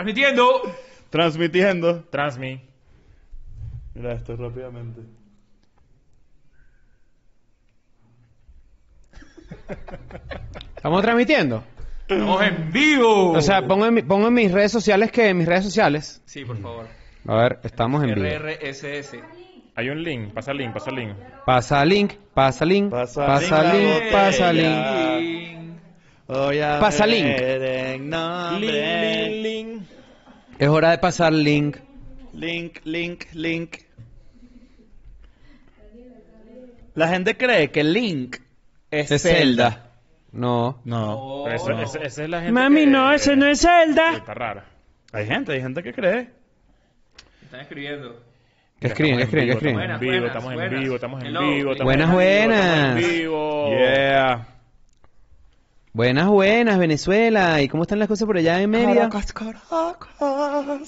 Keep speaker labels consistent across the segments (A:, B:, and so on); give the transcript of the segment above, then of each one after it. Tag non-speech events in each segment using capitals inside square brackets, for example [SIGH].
A: Transmitiendo.
B: Transmitiendo.
A: Transmi.
B: Mira esto rápidamente.
C: Estamos transmitiendo.
A: Estamos en vivo.
C: O
D: Uh.
C: sea, pongo en, mi- pongo en mis redes sociales que en mis redes sociales.
A: Sí, por favor.
C: A ver, estamos en vivo.
A: RRSS.
D: Hay un link, pasa link, pasa link.
C: Pasa link, pasa link,
B: Pasa
C: pasa
B: link,
C: link, pasa link.
B: Voy a
C: Pasa
B: ver
C: link.
B: en nombre.
D: link.
C: Es hora de pasar link.
B: Link, link, link. La gente cree que Link es,
C: Es
B: Zelda.
C: Zelda. No.
B: No.
A: Oh.
D: Pero eso- ese- Esa es la gente.
C: Mami,
D: que-
C: no, ese no es
D: que
C: Zelda.
D: Está rara.
B: Hay gente, hay gente que cree.
A: Están escribiendo.
C: ¿Qué escriben? ¿Qué escriben? ¿Qué escriben?
A: Buenas,
D: Estamos en vivo,
A: buenas,
D: estamos en
A: buenas.
D: vivo, estamos en
A: Hello.
D: vivo. estamos
C: Buenas,
D: en vivo,
C: buenas.
D: estamos en
B: Oh.
D: vivo.
B: Yeah.
C: Buenas, buenas, Venezuela. ¿Y cómo están las cosas por allá en Mérida?
B: Caracas, Caracas.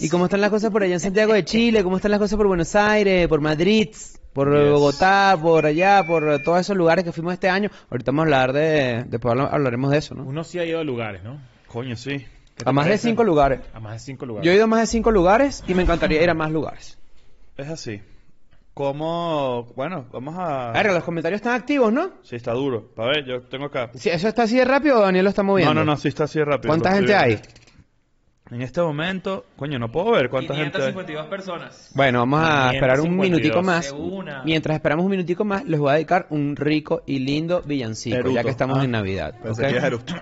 C: ¿Y cómo están las cosas por allá en Santiago de Chile? ¿Cómo están las cosas por Buenos Aires, por Madrid, por
B: Yes.
C: Bogotá, por allá, por todos esos lugares que fuimos este año? Ahorita vamos a hablar de... Después habla- hablaremos de eso, ¿no?
D: Uno sí ha ido a lugares, ¿no?
B: Coño, sí.
D: ¿Qué te
C: A más de
D: parece?
C: cinco lugares.
D: A más de cinco lugares.
C: Yo he ido a más de cinco lugares y me encantaría ir a más lugares.
B: Es así. ¿Cómo? Bueno, vamos a.
C: Verga, los comentarios están activos, ¿no?
B: Sí, está duro. A ver, yo tengo acá.
C: Si eso está así de rápido, Daniel lo está moviendo.
B: No, no, no, sí está así de rápido.
C: ¿Cuánta
B: lo
C: gente
B: estoy
C: hay?
B: viendo. En este momento, coño, no puedo ver cuánta gente
A: 552 personas.
C: Bueno, vamos a esperar un
D: 552.
C: minutico más.
A: De una.
C: Mientras esperamos un minutico más, les voy a dedicar un rico y lindo villancico, ya
B: Eruto.
C: que estamos
B: Ah,
C: en Navidad.
B: hay. Pensé
C: ¿ok?
B: que era eructo.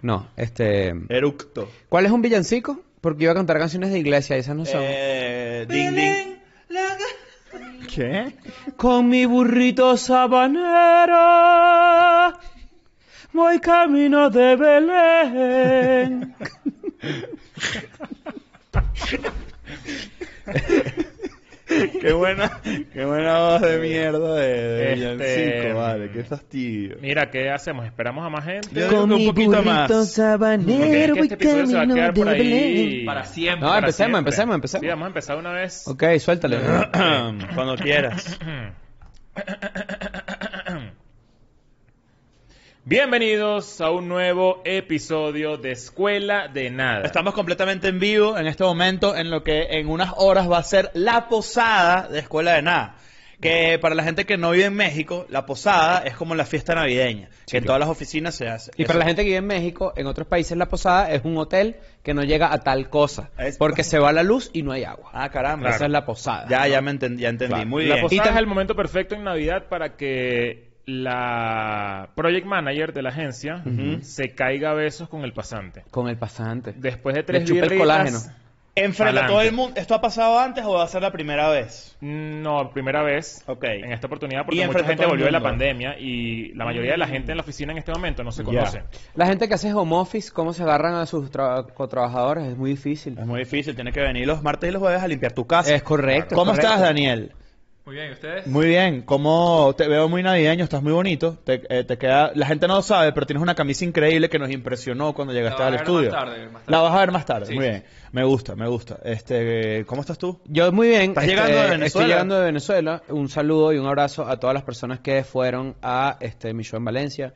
C: No, este...
B: Eructo.
C: ¿Cuál es un villancico? Porque iba a cantar canciones de iglesia, esas no son.
B: Eh, ding, ding. ¿Qué?
C: Con mi burrito sabanero voy camino de Belén.
B: [LAUGHS] Qué buena, qué buena voz de mierda de, de
D: Este,
B: villancico, vale. Qué fastidio.
D: Mira, ¿qué hacemos? ¿Esperamos a más gente?
B: [LAUGHS] Yo digo que un poquito más.
D: Porque es
C: sabanero
D: que este episodio se va a quedar por ahí.
A: Para siempre.
C: No,
D: para
C: empecemos,
D: siempre.
C: empecemos, empecemos.
D: Sí, vamos a empezar una vez.
C: Ok,
B: [LAUGHS]
C: suéltale.
B: [CLEARS THROAT] Cuando quieras.
D: Bienvenidos a un nuevo episodio de Escuela de Nada.
B: Estamos completamente en vivo en este momento en lo que en unas horas va a ser la posada de Escuela de Nada. Que para la gente que no vive en México, la posada es como la fiesta navideña, que en todas las oficinas se hace.
C: Y para la gente que vive en México, en otros países la posada es un hotel que no llega a tal cosa.
B: Es-
C: Porque se va la luz y no hay agua.
B: Ah, caramba.
C: Esa es la posada.
B: Ya, ya me entendí, ya entendí.
C: Claro.
B: Muy
D: la
B: bien.
D: posada
C: Y tam-
D: es el momento perfecto en Navidad para que la project manager de la agencia se caiga a besos con el pasante.
C: Con el pasante.
D: Después de
C: Le
D: tres
C: chupa el
D: birritas-
C: colágeno.
B: Enfrente a todo
D: Adelante.
B: el mundo. ¿Esto ha pasado antes o va a ser la primera vez?
D: No, primera vez
B: Ok.
D: en esta oportunidad
B: Y
D: porque mucha
B: enfrente a
D: gente
B: todo el
D: volvió de la
B: mundo.
D: pandemia y la mayoría
C: Mm.
D: de la gente en la oficina en este momento no se conoce.
C: La gente que hace home office, cómo se agarran a sus tra- cotrabajadores, es muy difícil.
B: Es muy difícil, tienes que venir los martes y los jueves a limpiar tu casa.
C: Es correcto.
B: ¿Cómo
C: correcto.
B: estás, Daniel?
A: Muy bien, ¿y ustedes?
B: Muy bien, como te veo muy navideño, estás muy bonito. Te, eh, te queda, la gente no lo sabe, pero tienes una camisa increíble que nos impresionó cuando llegaste
A: La vas
B: al
A: a ver
B: estudio.
A: más tarde, más tarde.
B: La vas a ver más tarde.
A: Sí,
B: muy
A: sí.
B: bien, me gusta, me gusta. Este, ¿cómo estás tú?
C: Yo muy bien. este,
B: ¿Estás llegando de
C: Estoy
B: Venezuela?
C: llegando de Venezuela. Un saludo y un abrazo a todas las personas que fueron a este mi show en Valencia,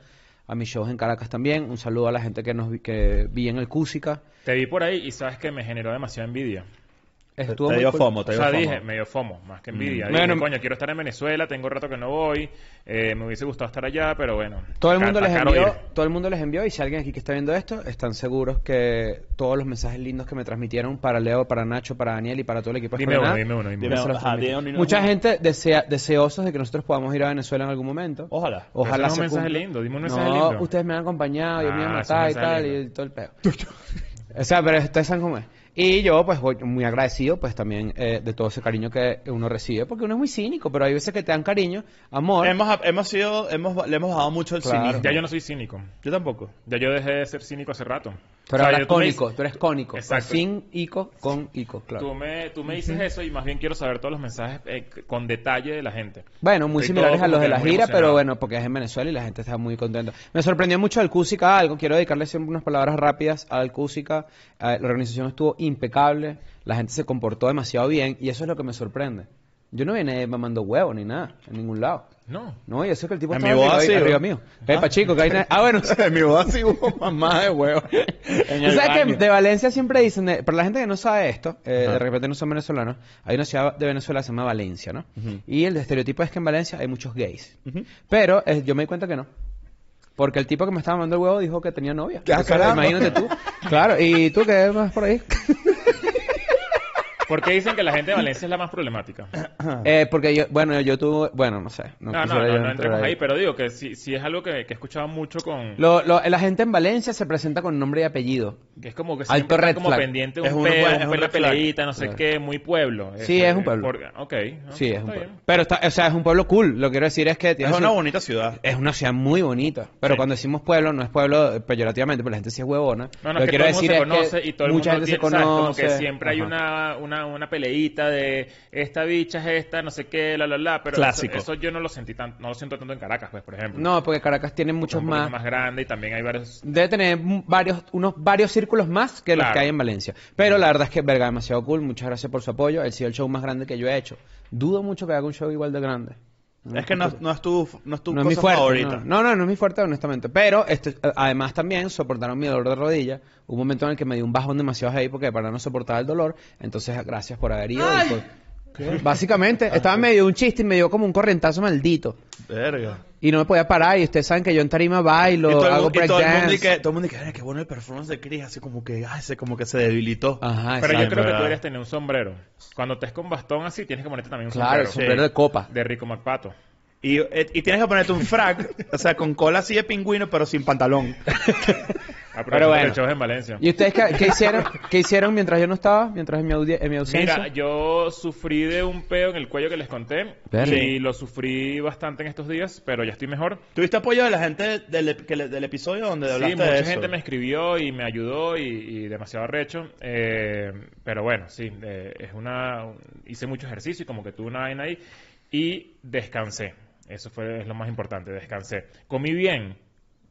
C: a mis shows en Caracas también. Un saludo a la gente que nos vi, que vi en el Cúsica.
D: Te vi por ahí y sabes que me generó demasiada envidia.
C: Estuvo
B: te
C: muy
B: dio
C: cool.
B: fomo,
D: O
B: te
D: sea,
B: dio
D: dije,
B: fomo.
D: medio fomo, más que envidia. Dije,
C: Mm. Bueno,
D: coño, quiero estar en Venezuela, tengo rato que no voy, eh, me hubiese gustado estar allá, pero bueno.
C: Todo el
D: ca-
C: mundo
D: está
C: les
D: caro
C: envió,
D: ir.
C: todo el mundo les envió y si alguien aquí que está viendo esto, están seguros que todos los mensajes lindos que me transmitieron para Leo, para Nacho, para Daniel y para todo el equipo de
D: Dime
C: Escuela
D: uno,
C: de Pues Nada,
D: dime uno, dime
B: Dime,
D: uno.
C: se los
B: ajá,
C: transmití.
B: dime uno y no-
C: Mucha gente desea, deseosos de que nosotros podamos ir a Venezuela en algún momento.
B: Ojalá.
D: Pero eso no
C: Ojalá
D: es un
C: se
D: mensaje
C: cumpla.
D: lindo, dime un
C: No,
D: mensaje lindo.
C: ustedes me han acompañado, yo me han
D: Ah, eso es un
C: matado y
D: mensaje
C: tal, y
D: lindo.
C: todo el pedo. [LAUGHS] o sea, pero ustedes saben cómo es. Y yo, pues, voy muy agradecido, pues, también eh, de todo ese cariño que uno recibe, porque uno es muy cínico, pero hay veces que te dan cariño, amor.
B: Hemos, hemos sido, hemos, le hemos bajado mucho el
C: Claro.
B: cinismo.
D: Ya yo no soy cínico.
B: Yo tampoco.
D: Ya yo dejé de ser cínico hace rato.
C: Tú eres
D: O sea, yo- tú me
C: cónico,
D: dices-
C: tú eres cónico.
D: Exacto.
C: Sin ico, con ico, claro.
D: Tú me, tú me dices eso y más bien quiero saber todos los mensajes eh, c- con detalle de la gente.
C: Bueno, muy
D: Estoy
C: similares
D: todo
C: a los
D: como
C: de
D: que
C: la
D: muy
C: gira,
D: emocionado.
C: pero bueno, porque es en Venezuela y la gente está muy contenta. Me sorprendió mucho el Cusica algo. Quiero dedicarle siempre unas palabras rápidas al Cusica. Eh, La organización estuvo impecable, la gente se comportó demasiado bien y eso es lo que me sorprende. Yo no vine mamando huevo ni nada, en ningún lado.
D: No.
C: No, yo sé que el tipo
B: En
C: estaba
B: mi boda
C: arriba,
B: sí,
C: arriba
B: ¿no?
C: mío. Epa, chico,
D: [LAUGHS]
C: que hay na- Ah, bueno.
B: en [LAUGHS] mi boda [LAUGHS] sí hubo mamá de huevo. [LAUGHS] En
C: Tú
B: el
C: sabes que
B: baño.
C: de Valencia siempre dicen, eh, para la gente que no sabe esto, eh,
B: Ajá.
C: de repente no son venezolanos, hay una ciudad de Venezuela que se llama Valencia, ¿no?
B: Ujú.
C: Y el estereotipo es que en Valencia hay muchos gays.
B: Ujú.
C: Pero eh, yo me di cuenta que no. Porque el tipo que me estaba mandando el huevo dijo que tenía novia.
B: Ah,
C: Entonces,
B: caramba.
C: imagínate
B: [LAUGHS]
C: tú. Claro, ¿y tú qué vas por ahí?
D: ¿Por qué dicen que la gente de Valencia es la más
C: [COUGHS]
D: problemática?
C: [LAUGHS] Eh, porque yo, bueno, yo tuve, bueno, no sé.
D: No, no, no, no,
C: quisiera
D: no
C: yo entrar
D: entremos ahí, pero digo que sí, sí es algo que, que he escuchado mucho con...
C: Lo- lo- la gente en Valencia se presenta con nombre y apellido.
D: Que es como que
C: Alto
D: siempre está
C: red
D: como
C: flag.
D: pendiente un
B: Es un-
D: peo,
B: es un
D: un pe- una
B: red flag.
D: peleita, no sé
C: Claro.
D: qué, muy pueblo.
C: Sí,
D: por-
C: es un pueblo.
D: por- ok. no,
C: sí, es
D: Ah,
C: un
D: está
C: pueblo.
D: bien.
C: Pero está, o sea, es un pueblo cool. Lo que quiero decir es que tiene
B: Es una
C: su-
B: bonita ciudad.
C: es una ciudad muy bonita. Pero
D: Sí.
C: cuando decimos pueblo, no es pueblo eh, peyorativamente, porque la gente sí es huevona.
D: No, no,
C: lo
D: es
C: que
D: que todo
C: quiero
D: el mundo
C: decir
D: se
C: es
D: conoce
C: que
D: y todo el
C: mucha
D: mundo
C: gente se
D: tiene-
C: conoce.
D: ¿sabes? Como que siempre hay
C: Ajá.
D: una, una, una peleita de esta bicha es esta, no sé qué, la, la, la. Pero eso-
B: Clásico.
D: Eso, yo no lo sentí tan, no lo siento tanto en Caracas, pues, por ejemplo.
C: No, porque Caracas tiene
D: Porque es
C: muchos
D: un poquito
C: más.
D: más grande y también hay varios...
C: Debe tener un- varios, unos varios círculos más que los
D: Claro.
C: que hay en Valencia. Pero la verdad es que, verga, demasiado cool. Muchas gracias por su apoyo. Ha sido el show más grande que yo he hecho. Dudo mucho que haga un show igual de grande.
B: Es que no, no es tu, no es tu
C: No es
B: cosa
C: mi fuerte,
B: favorita.
C: No, no, no, no es mi fuerte, honestamente. Pero este, además también soportaron mi dolor de rodilla. Hubo un momento en el que me dio un bajón demasiado heavy porque para no soportar el dolor. Entonces, gracias por haber ido. y por- Básicamente,
B: Ah,
C: estaba medio un chiste y me dio como un correntazo maldito.
B: Verga.
C: Y no me podía parar. Y ustedes saben que yo en tarima bailo,
B: y todo el,
C: hago
B: mundo- y todo el mundo
C: breakdance.
B: y que, todo el mundo y que, "Ay, qué bueno el performance de Chris, así como que, ay, se, como que se debilitó.
C: Ajá,
D: Pero yo
C: exacto.
D: creo que tú
B: ¿verdad?
D: deberías tener un sombrero. Cuando estés con bastón así, tienes que ponerte también un
C: Claro, el
D: sombrero.
C: sombrero
B: sí.
C: de copa.
D: De Rico McPato.
B: Y, eh, y tienes que ponerte un frac, o sea, con cola así de pingüino, pero sin pantalón.
D: Aprovechando
C: bueno.
D: los shows en Valencia.
C: ¿Y ustedes qué, qué hicieron, qué hicieron mientras yo no estaba? Mientras en mi, audi- en mi ausencia.
D: Mira, yo sufrí de un peo en el cuello que les conté
C: Verga.
D: y lo sufrí bastante en estos días, pero ya estoy mejor.
B: ¿Tuviste apoyo de la gente del, ep- que le- del episodio donde
D: Sí,
B: hablaste
D: mucha
B: de eso?
D: gente me escribió y me ayudó y, y demasiado arrecho. eh, pero bueno, sí, eh, es una hice mucho ejercicio y como que tuve una vaina ahí y descansé. Eso fue es lo más importante, descansé. Comí bien.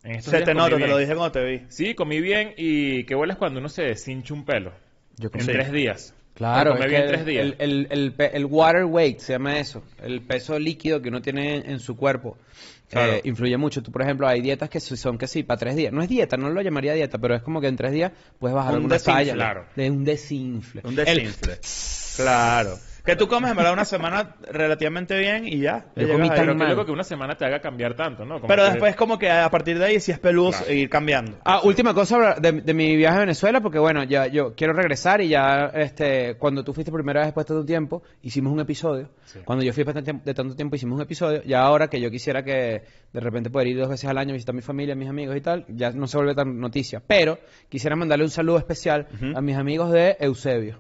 D: En estos
B: Se
D: días
B: te
D: comí
B: nota, te
D: bien.
B: lo dije cuando te vi.
D: Sí, comí bien y qué bolas cuando uno se deshincha un pelo
C: Yo
D: en
C: creo que-
D: tres días.
C: Claro,
D: comí
C: es
D: bien
C: que
D: tres días.
C: El, el, el, pe- el water weight se llama eso, el peso líquido que uno tiene en, en su cuerpo.
D: Claro.
C: eh, influye mucho. Tú, por ejemplo, hay dietas que sí son que sí, para tres días. No es dieta, no lo llamaría dieta, pero es como que en tres días puedes bajar
B: Un
C: alguna
B: desinfle.
C: talla.
D: Claro.
C: De un desinfle.
B: Un
C: El-
B: desinfle. Claro. Que tú comes en verdad una semana relativamente bien y ya.
C: Yo
B: Llegas
C: comí
B: ahí.
C: tan
D: Pero
C: mal.
D: qué loco que una semana te haga cambiar tanto, ¿no? Como
B: Pero
D: que-
B: después como que a partir de ahí si es peludo
D: Claro.
B: ir cambiando.
C: Ah, última cosa de, de mi viaje a Venezuela, porque bueno, ya yo quiero regresar y ya este, cuando tú fuiste primera vez después de tanto tiempo, hicimos un episodio.
D: Sí.
C: Cuando yo fui después de tanto tiempo- de tanto tiempo, hicimos un episodio. Ya ahora que yo quisiera que de repente poder ir dos veces al año a visitar a mi familia, a mis amigos y tal, ya no se vuelve tan noticia. Pero quisiera mandarle un saludo especial
B: Ujú.
C: a mis amigos de Eusebio.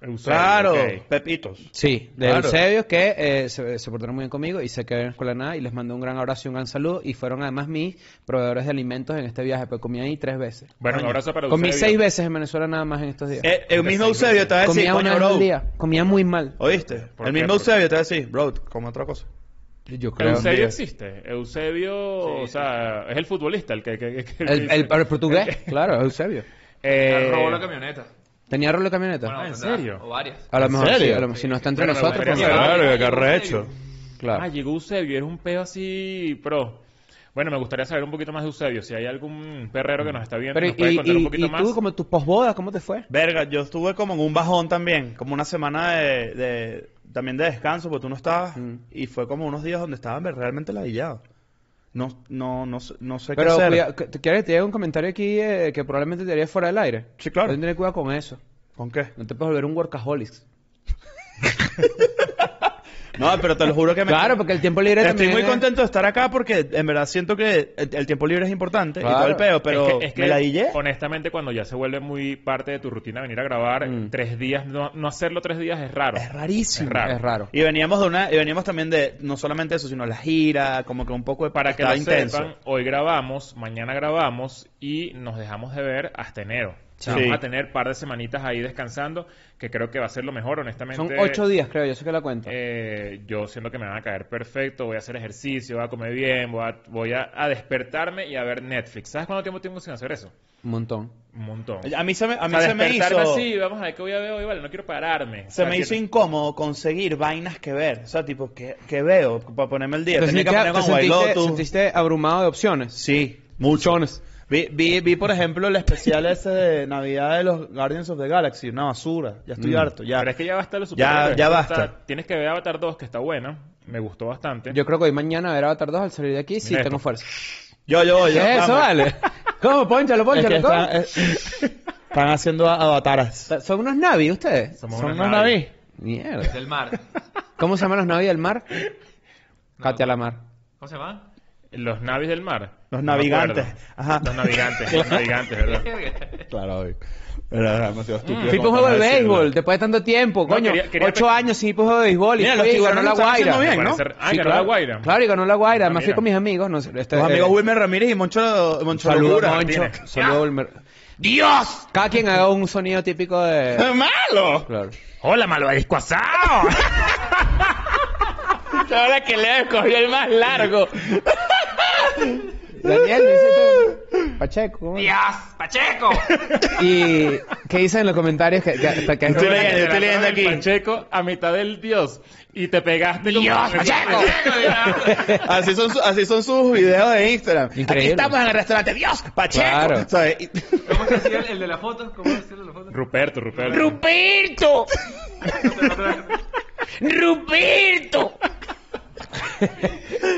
D: Eusebio,
B: Claro,
D: ok.
B: pepitos.
C: Sí, de
B: Claro.
C: Eusebio, que eh, se, se portaron muy bien conmigo y se quedaron en escuela de nada y les mandé un gran abrazo y un gran saludo. Y fueron además mis proveedores de alimentos en este viaje, pues comí ahí tres veces.
D: Bueno, un
B: Coño.
D: abrazo para
C: Comí
D: Eusebio.
C: seis veces en Venezuela nada más en estos días.
B: Eh, el mismo Eusebio te va a decir,
C: Comía
B: coño,
C: una vez al
B: bro.
C: día. Comía muy mal.
B: ¿Oíste?
D: ¿Por
B: El
D: qué?
B: mismo
D: ¿Por qué?
B: Eusebio te va a decir, bro, come otra cosa.
C: Yo creo.
D: Eusebio existe. Eusebio, o sea, es el futbolista el que. que- que- que-
C: El, el- el portugués, claro, Eusebio.
D: Eh,
A: Robó la camioneta.
C: Tenía rolo de camioneta.
A: Bueno,
D: ¿en
A: tendrá,
D: serio?
A: O varias.
C: a lo
B: ¿en
C: mejor,
B: serio?
C: sí, a lo mejor, si no está entre
D: Pero me
C: nosotros.
D: gustaría
C: pues,
D: saber.
B: Claro, qué
A: Eusebio.
B: arrecho.
C: claro.
D: Ah, llegó Eusebio, era un peo así pro. Bueno, me gustaría saber un poquito más de Eusebio. Si hay algún perrero que nos está viendo,
C: Pero y,
D: nos puede contar un
C: y-
D: poquito
C: y
D: más.
C: tú, como tus posbodas, ¿cómo te fue?
B: Verga, yo estuve como en un bajón también, como una semana de, de- también de descanso, porque tú no estabas,
C: Mm.
B: y fue como unos días donde estaba realmente ladillado. No, no, no, sé- no sé
C: Pero
B: qué hacer.
C: cuida- que- te- ¿quieres que te llegue un comentario aquí eh, que probablemente te haría fuera del aire?
B: Sí, claro.
C: Hay que tener cuidado con eso.
B: ¿Con qué?
C: No te puedes volver un workaholic.
B: No, pero te lo juro que me...
C: Claro, porque el tiempo libre
B: Estoy
C: también eh.
B: muy
C: es-
B: contento de estar acá porque en verdad siento que el, el tiempo libre es importante y
C: Claro.
B: todo el peo, pero
D: es que, es que,
B: me ladillé.
D: Honestamente, cuando ya se vuelve muy parte de tu rutina venir a grabar,
C: Mm.
D: tres días, no, no hacerlo tres días es raro.
B: Es rarísimo.
D: Es raro.
C: Es raro.
B: Y veníamos de una, y veníamos también de, no solamente eso, sino la gira, como que un poco de
D: Para que lo
B: estaba intenso.
D: sepan, hoy grabamos, mañana grabamos y nos dejamos de ver hasta enero. O sea,
B: Sí.
D: Vamos a tener par de semanitas ahí descansando, que creo que va a ser lo mejor, honestamente.
C: Son ocho días, creo, yo sé que la cuenta.
D: Eh, yo siento que me van a caer perfecto, voy a hacer ejercicio, voy a comer bien, voy a, voy a, a despertarme y a ver Netflix. ¿Sabes cuánto tiempo tengo sin hacer eso?
C: Un montón.
D: Un montón.
B: A mí se me, a
D: O
B: mí
D: sea,
B: se me hizo...
D: despertarme así, vamos a ver qué voy a ver hoy, vale, no quiero pararme. O
B: Se
D: sea,
B: me hizo
D: tiene-
B: incómodo conseguir vainas que ver. O sea, tipo, ¿qué, qué veo? Para ponerme el día.
C: ¿Te
B: Tenía que
C: sentiste,
B: poner
C: te
B: con White
C: sentiste-
B: Lotus.
C: sentiste abrumado de opciones?
B: Sí, muchos. Vi, vi, vi, por ejemplo, el especial ese de Navidad de los Guardians of the Galaxy. Una basura. Ya estoy
C: Mm.
B: harto. Ya.
D: Pero es que ya basta los
B: Ya-
D: superhéroes.
B: ya
D: O sea,
B: basta.
D: tienes que ver Avatar 2, que está buena. Me gustó bastante.
C: Yo creo que hoy mañana verá Avatar 2 al salir de aquí, sí,
D: Mira
C: tengo
D: esto.
C: fuerza.
B: Yo, yo, yo.
C: ¿Qué es eso,
B: vamos. [LAUGHS]
C: vale? ¿Cómo? Pónchalo,
B: Es
C: pónchalo.
B: que
C: ¿cómo?
B: están, es- [LAUGHS] están haciendo a- avataras.
C: ¿Son unos navi ustedes?
D: Somos
B: Son
D: unos
B: unos
D: nadie.
B: naví.
C: Mierda.
A: Del mar.
C: ¿Cómo se llaman los navi del mar? Katia la mar.
A: ¿Cómo se llama?
D: Los navis del mar.
B: Los
D: No me
B: navegantes.
D: acuerdo.
B: Ajá.
D: Los navegantes,
B: [LAUGHS]
D: los navegantes, ¿verdad?
B: Claro, obvio. Era demasiado estúpido.
C: Fui por Mm. un
B: como
C: juego de
B: para decirlo.
C: béisbol después de tanto tiempo,
D: No,
C: coño.
D: quería- quería
C: ocho
D: pe-
C: años sin ir por juego de béisbol y
B: Mira,
C: fui
B: los
C: y ganó
B: tiburones
C: la
B: lo están haciendo
C: Guaira.
B: bien, ¿no?
D: Parece- Ah, ganó
C: Sí,
D: la
C: claro.
D: Guaira.
C: Claro, y ganó la Guaira. Además fui
D: mira.
C: con mis amigos. No, este,
B: Ah, Los amigos
C: eh,
B: Wilmer Ramírez y Moncho, Moncho
C: Saludos,
B: Locura.
C: Moncho.
D: Martínez.
C: Saludos, Wilmer. ¡Dios! Cada quien haga un sonido típico
B: [LAUGHS]
C: de...
B: ¡Malo!
C: Claro.
D: ¡Hola,
B: [LAUGHS]
D: malvadisco asado!
B: Ahora que le escogió el más largo.
C: [LAUGHS] Daniel, dice tú. Pacheco. ¿cómo es?
A: ¡Dios! ¡Pacheco!
C: ¿Y qué dicen en los comentarios? Que, que, que- que-
B: Estoy leyendo,
D: Te
B: estoy leyendo
D: lanzaron el
B: aquí.
D: Pacheco a mitad del Dios. Y te pegaste como...
C: ¡Dios, Pacheco!
B: Así son, su- así son sus videos de Instagram. Aquí
C: Increíble.
B: estamos en el restaurante. Dios, Pacheco.
C: Claro.
B: ¿Sabes? Y-
A: ¿Cómo se hacía el, el de la foto? ¿Cómo se hacía el de la foto?
D: Ruperto, Ruperto.
B: Ruperto. Ruperto.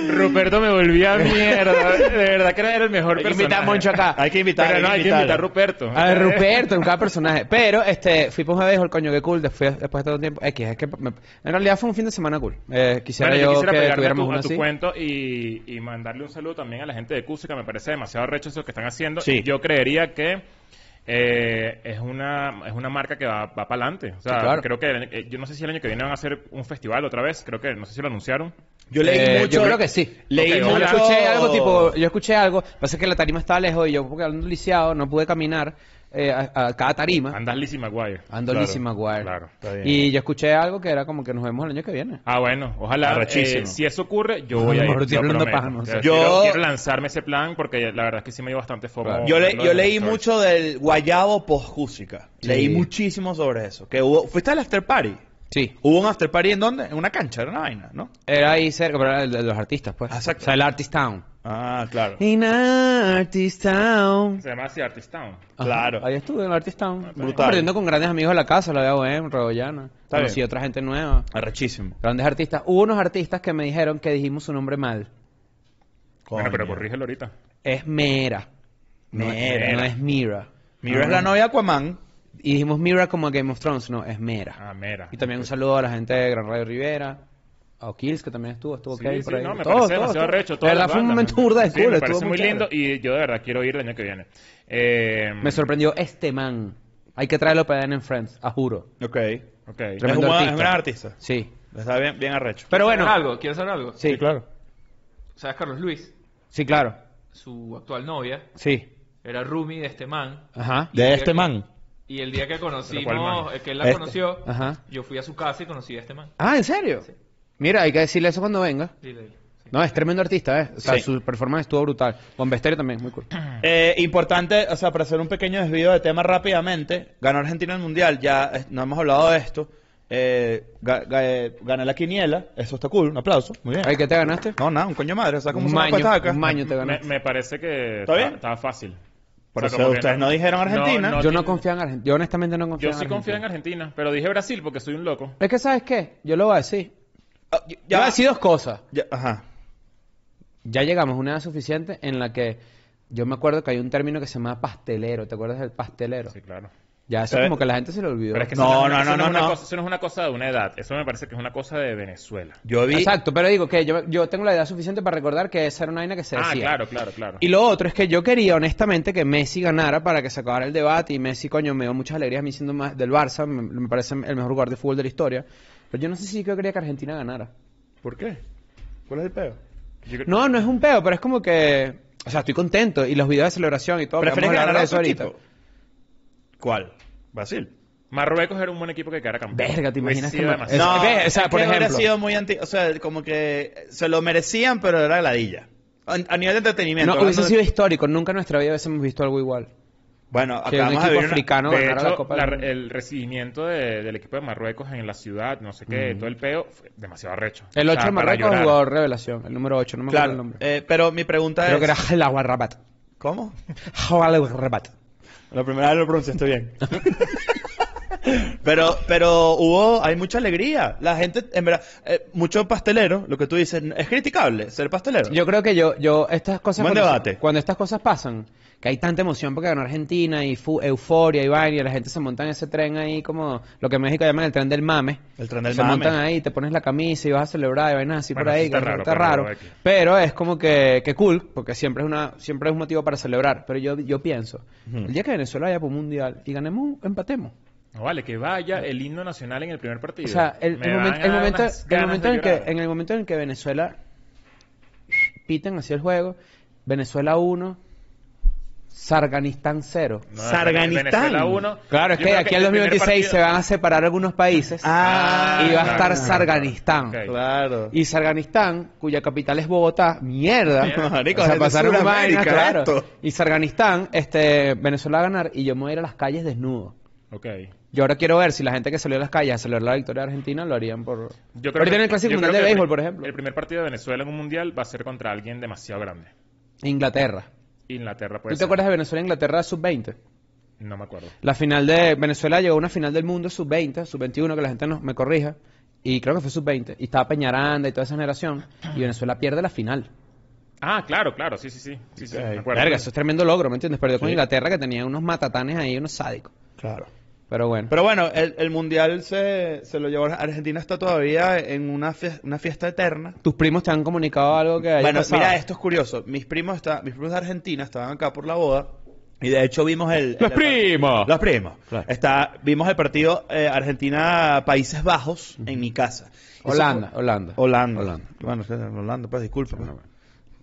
D: Ruperto me volvía mierda. De verdad que era el mejor
B: Hay que
D: personaje.
B: invitar a Moncho acá. Hay que invitar,
D: Pero
B: hay
D: no,
B: que
D: hay que
B: invitar.
D: invitar a Ruperto.
C: A ver, Ruperto, en cada personaje. Pero, este, fui por un béisbol, coño, qué cool, después, después de todo el tiempo. X, es que me- en realidad fue un fin de semana cool. Eh, quisiera
D: Bueno, yo
C: yo
D: quisiera
C: que
D: pegarme a
C: tuviéramos
D: tu,
C: uno
D: a tu
C: así.
D: cuento y, y mandarle un saludo también a la gente de Cusica. Me parece demasiado recho eso que están haciendo.
B: Sí.
D: Yo creería que eh, es una es una marca que va, va para adelante. O sea,
C: Sí, claro.
D: creo que el año- eh, yo no sé si el año que viene van a hacer un festival otra vez. Creo que no sé si lo anunciaron.
B: Yo leí
C: Eh,
B: mucho.
C: yo creo que sí.
B: Leí
D: Ok,
C: Yo
B: mucho.
D: ojalá.
C: escuché algo tipo, yo escuché algo, pasa que la tarima estaba lejos y yo porque ando lisiado, no pude caminar eh, a, a cada tarima.
D: Andas Lizzie McGuire.
C: Ando
B: Claro,
C: lisiado, Maguire.
D: claro,
B: está bien.
C: Y yo escuché algo que era como que nos vemos el año que viene.
D: Ah, bueno, ojalá.
B: Arrechísimo.
D: eh, si eso ocurre, yo voy a ir.
C: Mejor estoy
D: lo
C: hablando
D: prometo.
C: paja, no
D: O sea,
C: sé.
B: Yo-
D: Quiero, quiero lanzarme ese plan porque la verdad es que sí me dio bastante foco.
C: Claro.
B: Yo, le-
D: Lo
B: yo
D: de
B: leí
D: los stories.
B: mucho del guayabo poscúsica.
C: Sí.
B: Leí muchísimo sobre eso. Que hubo, ¿Fuiste al after party?
C: Sí.
B: ¿Hubo un after party en dónde? En una cancha, era una vaina, ¿no?
C: Era ahí cerca, pero era el de los artistas, pues.
B: Ah, Exacto.
C: O sea, el Artist Town.
B: Ah, claro.
C: In Artist Town.
D: Se llama así Artist Town.
C: Ajá,
B: Claro.
C: Ahí estuve en el Artist Town.
B: Brutal.
C: Compartiendo con grandes amigos de la casa, la BOM, Rebollana.
B: Está
C: Conocí
B: bien.
C: otra gente nueva.
B: Arrechísimo.
C: Grandes artistas. Hubo unos artistas que me dijeron que dijimos su nombre mal.
D: Bueno, pero
B: Coño.
D: corrígelo ahorita.
C: Es Mera. No es-
B: Mera.
C: No es Mira.
B: Mira, es
C: Ah,
B: la novia de Aquaman.
C: Y dijimos Mira como Game of Thrones. No, es Mera.
D: Ah, mera.
C: Y también un saludo a la gente de Gran Radio Rivera. A O'Kills, que también estuvo, estuvo
D: Sí,
C: Kevin
D: sí,
C: por ahí.
D: no, me
C: Todos,
D: parece
C: todos,
D: demasiado
C: todos.
D: recho.
C: De verdad, fue un momento burda de
D: Sí,
C: cool.
D: me
C: estuvo
D: parece muy
C: chévere.
D: lindo y yo de verdad quiero ir el año que viene. Eh,
C: Me sorprendió este man. Hay que traerlo para Dan en Friends, a juro.
B: Ok.
D: ok.
B: Es un
C: Tremendo
B: buen- es
C: artista.
B: un gran artista.
C: Sí.
B: Está bien, bien arrecho.
C: Pero bueno.
A: ¿Quieres saber algo? ¿Quieres saber algo?
C: Sí, claro.
A: ¿Sabes Carlos Luis?
C: Sí, claro.
A: Su actual novia
C: Sí.
A: era Rumi de este man.
C: Ajá.
B: De este man.
A: Y el día que
D: ¿Pero cuál
A: conocimos,
D: man?
A: eh, que él la
B: Este.
A: conoció,
C: Ajá.
A: yo fui a su casa y conocí a este man.
C: Ah, ¿en serio?
A: Sí.
C: Mira, hay que decirle eso cuando venga.
A: Dile, dile.
C: No, es tremendo artista, ¿eh? O sea,
B: Sí.
C: su performance estuvo brutal. Con Besterio también, muy cool.
B: Eh, importante, o sea, para hacer un pequeño desvío de tema rápidamente, ganó Argentina el Mundial, ya eh, no hemos hablado de esto, eh, ga- ga- eh, gané la quiniela, eso está cool, un aplauso, muy bien.
C: ¿Ay, qué te ganaste?
B: No, nada, un coño madre, o sea, como
C: un,
B: una
C: maño,
B: pataca.
C: un maño te
D: Me,
C: ganaste.
D: me parece
B: ¿Está
D: que está-
B: bien?
D: estaba fácil.
B: Por
D: O sea,
B: eso
D: como que
B: ustedes no dijeron Argentina.
C: yo
D: tiene-
C: no confío en Argentina. Yo honestamente no confío
D: Yo
C: en
D: sí
C: Argentina.
D: confío en Argentina, pero dije Brasil porque soy un loco.
C: Es que, ¿sabes qué? Yo lo voy a decir.
B: Ah,
C: Yo voy a decir dos cosas.
B: ya- ajá.
C: Ya llegamos a una edad suficiente en la que... Yo me acuerdo que hay un término que se llama pastelero. ¿Te acuerdas del pastelero?
D: Sí, claro.
C: Ya, eso
B: Eh,
C: como que la gente se lo olvidó.
D: Pero es que
B: No,
D: eso
B: no,
D: eso
B: no,
D: es
B: no,
D: una
B: no.
D: cosa- eso no es una cosa de una edad. Eso me parece que es una cosa de Venezuela.
B: Yo vi...
C: Exacto, pero digo que yo, yo tengo la edad suficiente para recordar que esa era una vaina que se
D: Ah,
C: decía.
D: claro, claro, claro.
C: Y lo otro es que yo quería, honestamente, que Messi ganara para que se acabara el debate. Y Messi, coño, me dio muchas alegrías a mí siendo más del Barça. Me, me parece el mejor jugador de fútbol de la historia. Pero yo no sé si yo quería que Argentina ganara.
B: ¿Por qué? ¿Cuál es el peo?
D: Yo creo-
C: No, no es un peo, pero es como que... O sea, estoy contento. Y los videos de celebración y todo. que
B: ¿Prefieres
C: vamos a hablar
B: ganar a
C: de
B: otro equipo? ¿Cuál?
D: Brasil. Marruecos era un buen equipo que quedara campeón.
C: Verga, ¿te imaginas
D: Hubiese
C: que
D: sido
C: Mar-
D: demasiado-
B: No,
C: ¿ves? O sea,
B: es
C: por
B: que hubiera
C: ejemplo.
B: sido muy anti... O sea, como que se lo merecían, pero era ladilla. A, a nivel de entretenimiento.
C: No, hubiese
B: hablando de-
C: sido histórico. Nunca en nuestra vida hubiésemos visto algo igual.
B: Bueno,
C: Que un
B: acabamos de
C: equipo
B: vivir una-
C: africano
D: de
C: ganara
D: hecho,
C: Ah, la Copa del
D: la-
C: Mundo.
D: el recibimiento de- del equipo de Marruecos en la ciudad, no sé qué, todo el peo, fue demasiado arrecho.
C: El 8
D: O sea,
C: de
D: para
C: Marruecos,
D: llorar.
C: jugador revelación. El número 8, no me acuerdo el
B: Claro,
C: nombre.
B: eh, pero mi pregunta
C: Creo
B: es...
C: que era Jalagua Rabat. [LAUGHS]
B: ¿Cómo?
C: Jalagua Rabat.
B: La primera vez lo pronunciaste bien. [LAUGHS] pero, pero hubo, hay mucha alegría. La gente, en verdad, eh, mucho pastelero, lo que tú dices, es criticable ser pastelero.
C: Yo creo que yo, yo estas cosas.
B: Buen
C: cuando,
B: debate.
C: cuando estas cosas pasan, que hay tanta emoción porque ganó Argentina y fu- euforia y vaina, y la gente se monta en ese tren ahí como lo que en México llaman el tren del mame.
B: El tren del
C: se
B: mame.
C: montan ahí, te pones la camisa y vas a celebrar y vainas así
D: Bueno,
C: por ahí,
D: eso está
C: que
D: raro,
C: está
D: pero
C: raro.
D: bueno, aquí.
C: Pero es como que, que cool, porque siempre es una, siempre es un motivo para celebrar. Pero yo, yo pienso,
B: Ujú.
C: el día que Venezuela vaya por un mundial y ganemos, empatemos.
D: No vale, que vaya el himno nacional en el primer partido.
C: O sea, el,
D: Me
C: el
D: van a
C: momento, el
D: dar
C: momento,
D: unas
C: el
D: ganas
C: momento
D: de
C: en, el que,
D: llorar.
C: en el momento en que Venezuela piten hacia el juego, Venezuela 1, Sarganistán 0.
D: No,
B: Sarganistán.
D: Venezuela uno.
C: Claro, es
D: Yo
C: que de
D: creo
C: aquí al
D: el primer
C: 2026 se
D: partido-
C: van a separar algunos países
B: Ah,
C: y va a estar
D: claro.
C: Sarganistán.
D: Ok.
B: Claro.
C: Y Sarganistán, cuya capital es Bogotá, mierda.
B: Marico,
C: o
B: es
C: sea,
B: de
C: pasaron
B: Sudamérica,
C: vainas, claro.
B: esto.
C: Y Sarganistán, este, Venezuela va a ganar y yo me voy a ir a las calles desnudo.
D: Ok.
C: Yo ahora quiero ver si la gente que salió a las calles a celebrar la victoria de Argentina lo harían por.
D: Yo creo
C: Ahorita
D: que-
C: en el Clásico
D: yo
C: Mundial
D: creo
C: de
D: que el
C: Béisbol,
D: pri-
C: por ejemplo.
D: El primer partido de Venezuela en un mundial va a ser contra alguien demasiado grande.
C: Inglaterra.
D: Inglaterra puede
C: ¿Tú te
D: ser.
C: acuerdas de e Venezuela-Inglaterra sub-20?
D: No me acuerdo.
C: La final de Venezuela llegó a una final del mundo sub-20, sub-21, que la gente no, me corrija. Y creo que fue sub-20. Y estaba Peñaranda y toda esa generación. Y Venezuela pierde la final.
D: Ah, claro, claro, sí, sí, sí. sí, sí, me acuerdo.
C: Verga, eso es tremendo logro, ¿me entiendes? Perdió con
B: Sí.
C: Inglaterra que tenía unos matatanes ahí, unos sádicos.
B: Claro.
C: Pero bueno.
B: Pero bueno, el, el mundial se, se lo llevó. Argentina está todavía en una, fie- una fiesta eterna.
C: ¿Tus primos te han comunicado algo que haya
B: Bueno,
C: pasado?
B: mira, esto es curioso. Mis primos, está, mis primos de Argentina estaban acá por la boda. Y de hecho vimos el.
D: ¡Los
B: el-
D: primos!
B: Los primos.
C: Claro.
B: Está, vimos el partido eh, Argentina-Países Bajos en mi casa. Eso
C: Holanda,
B: fue-
C: Holanda.
B: Holanda.
C: Holanda.
B: Bueno, ustedes en Holanda, pues disculpa. pues.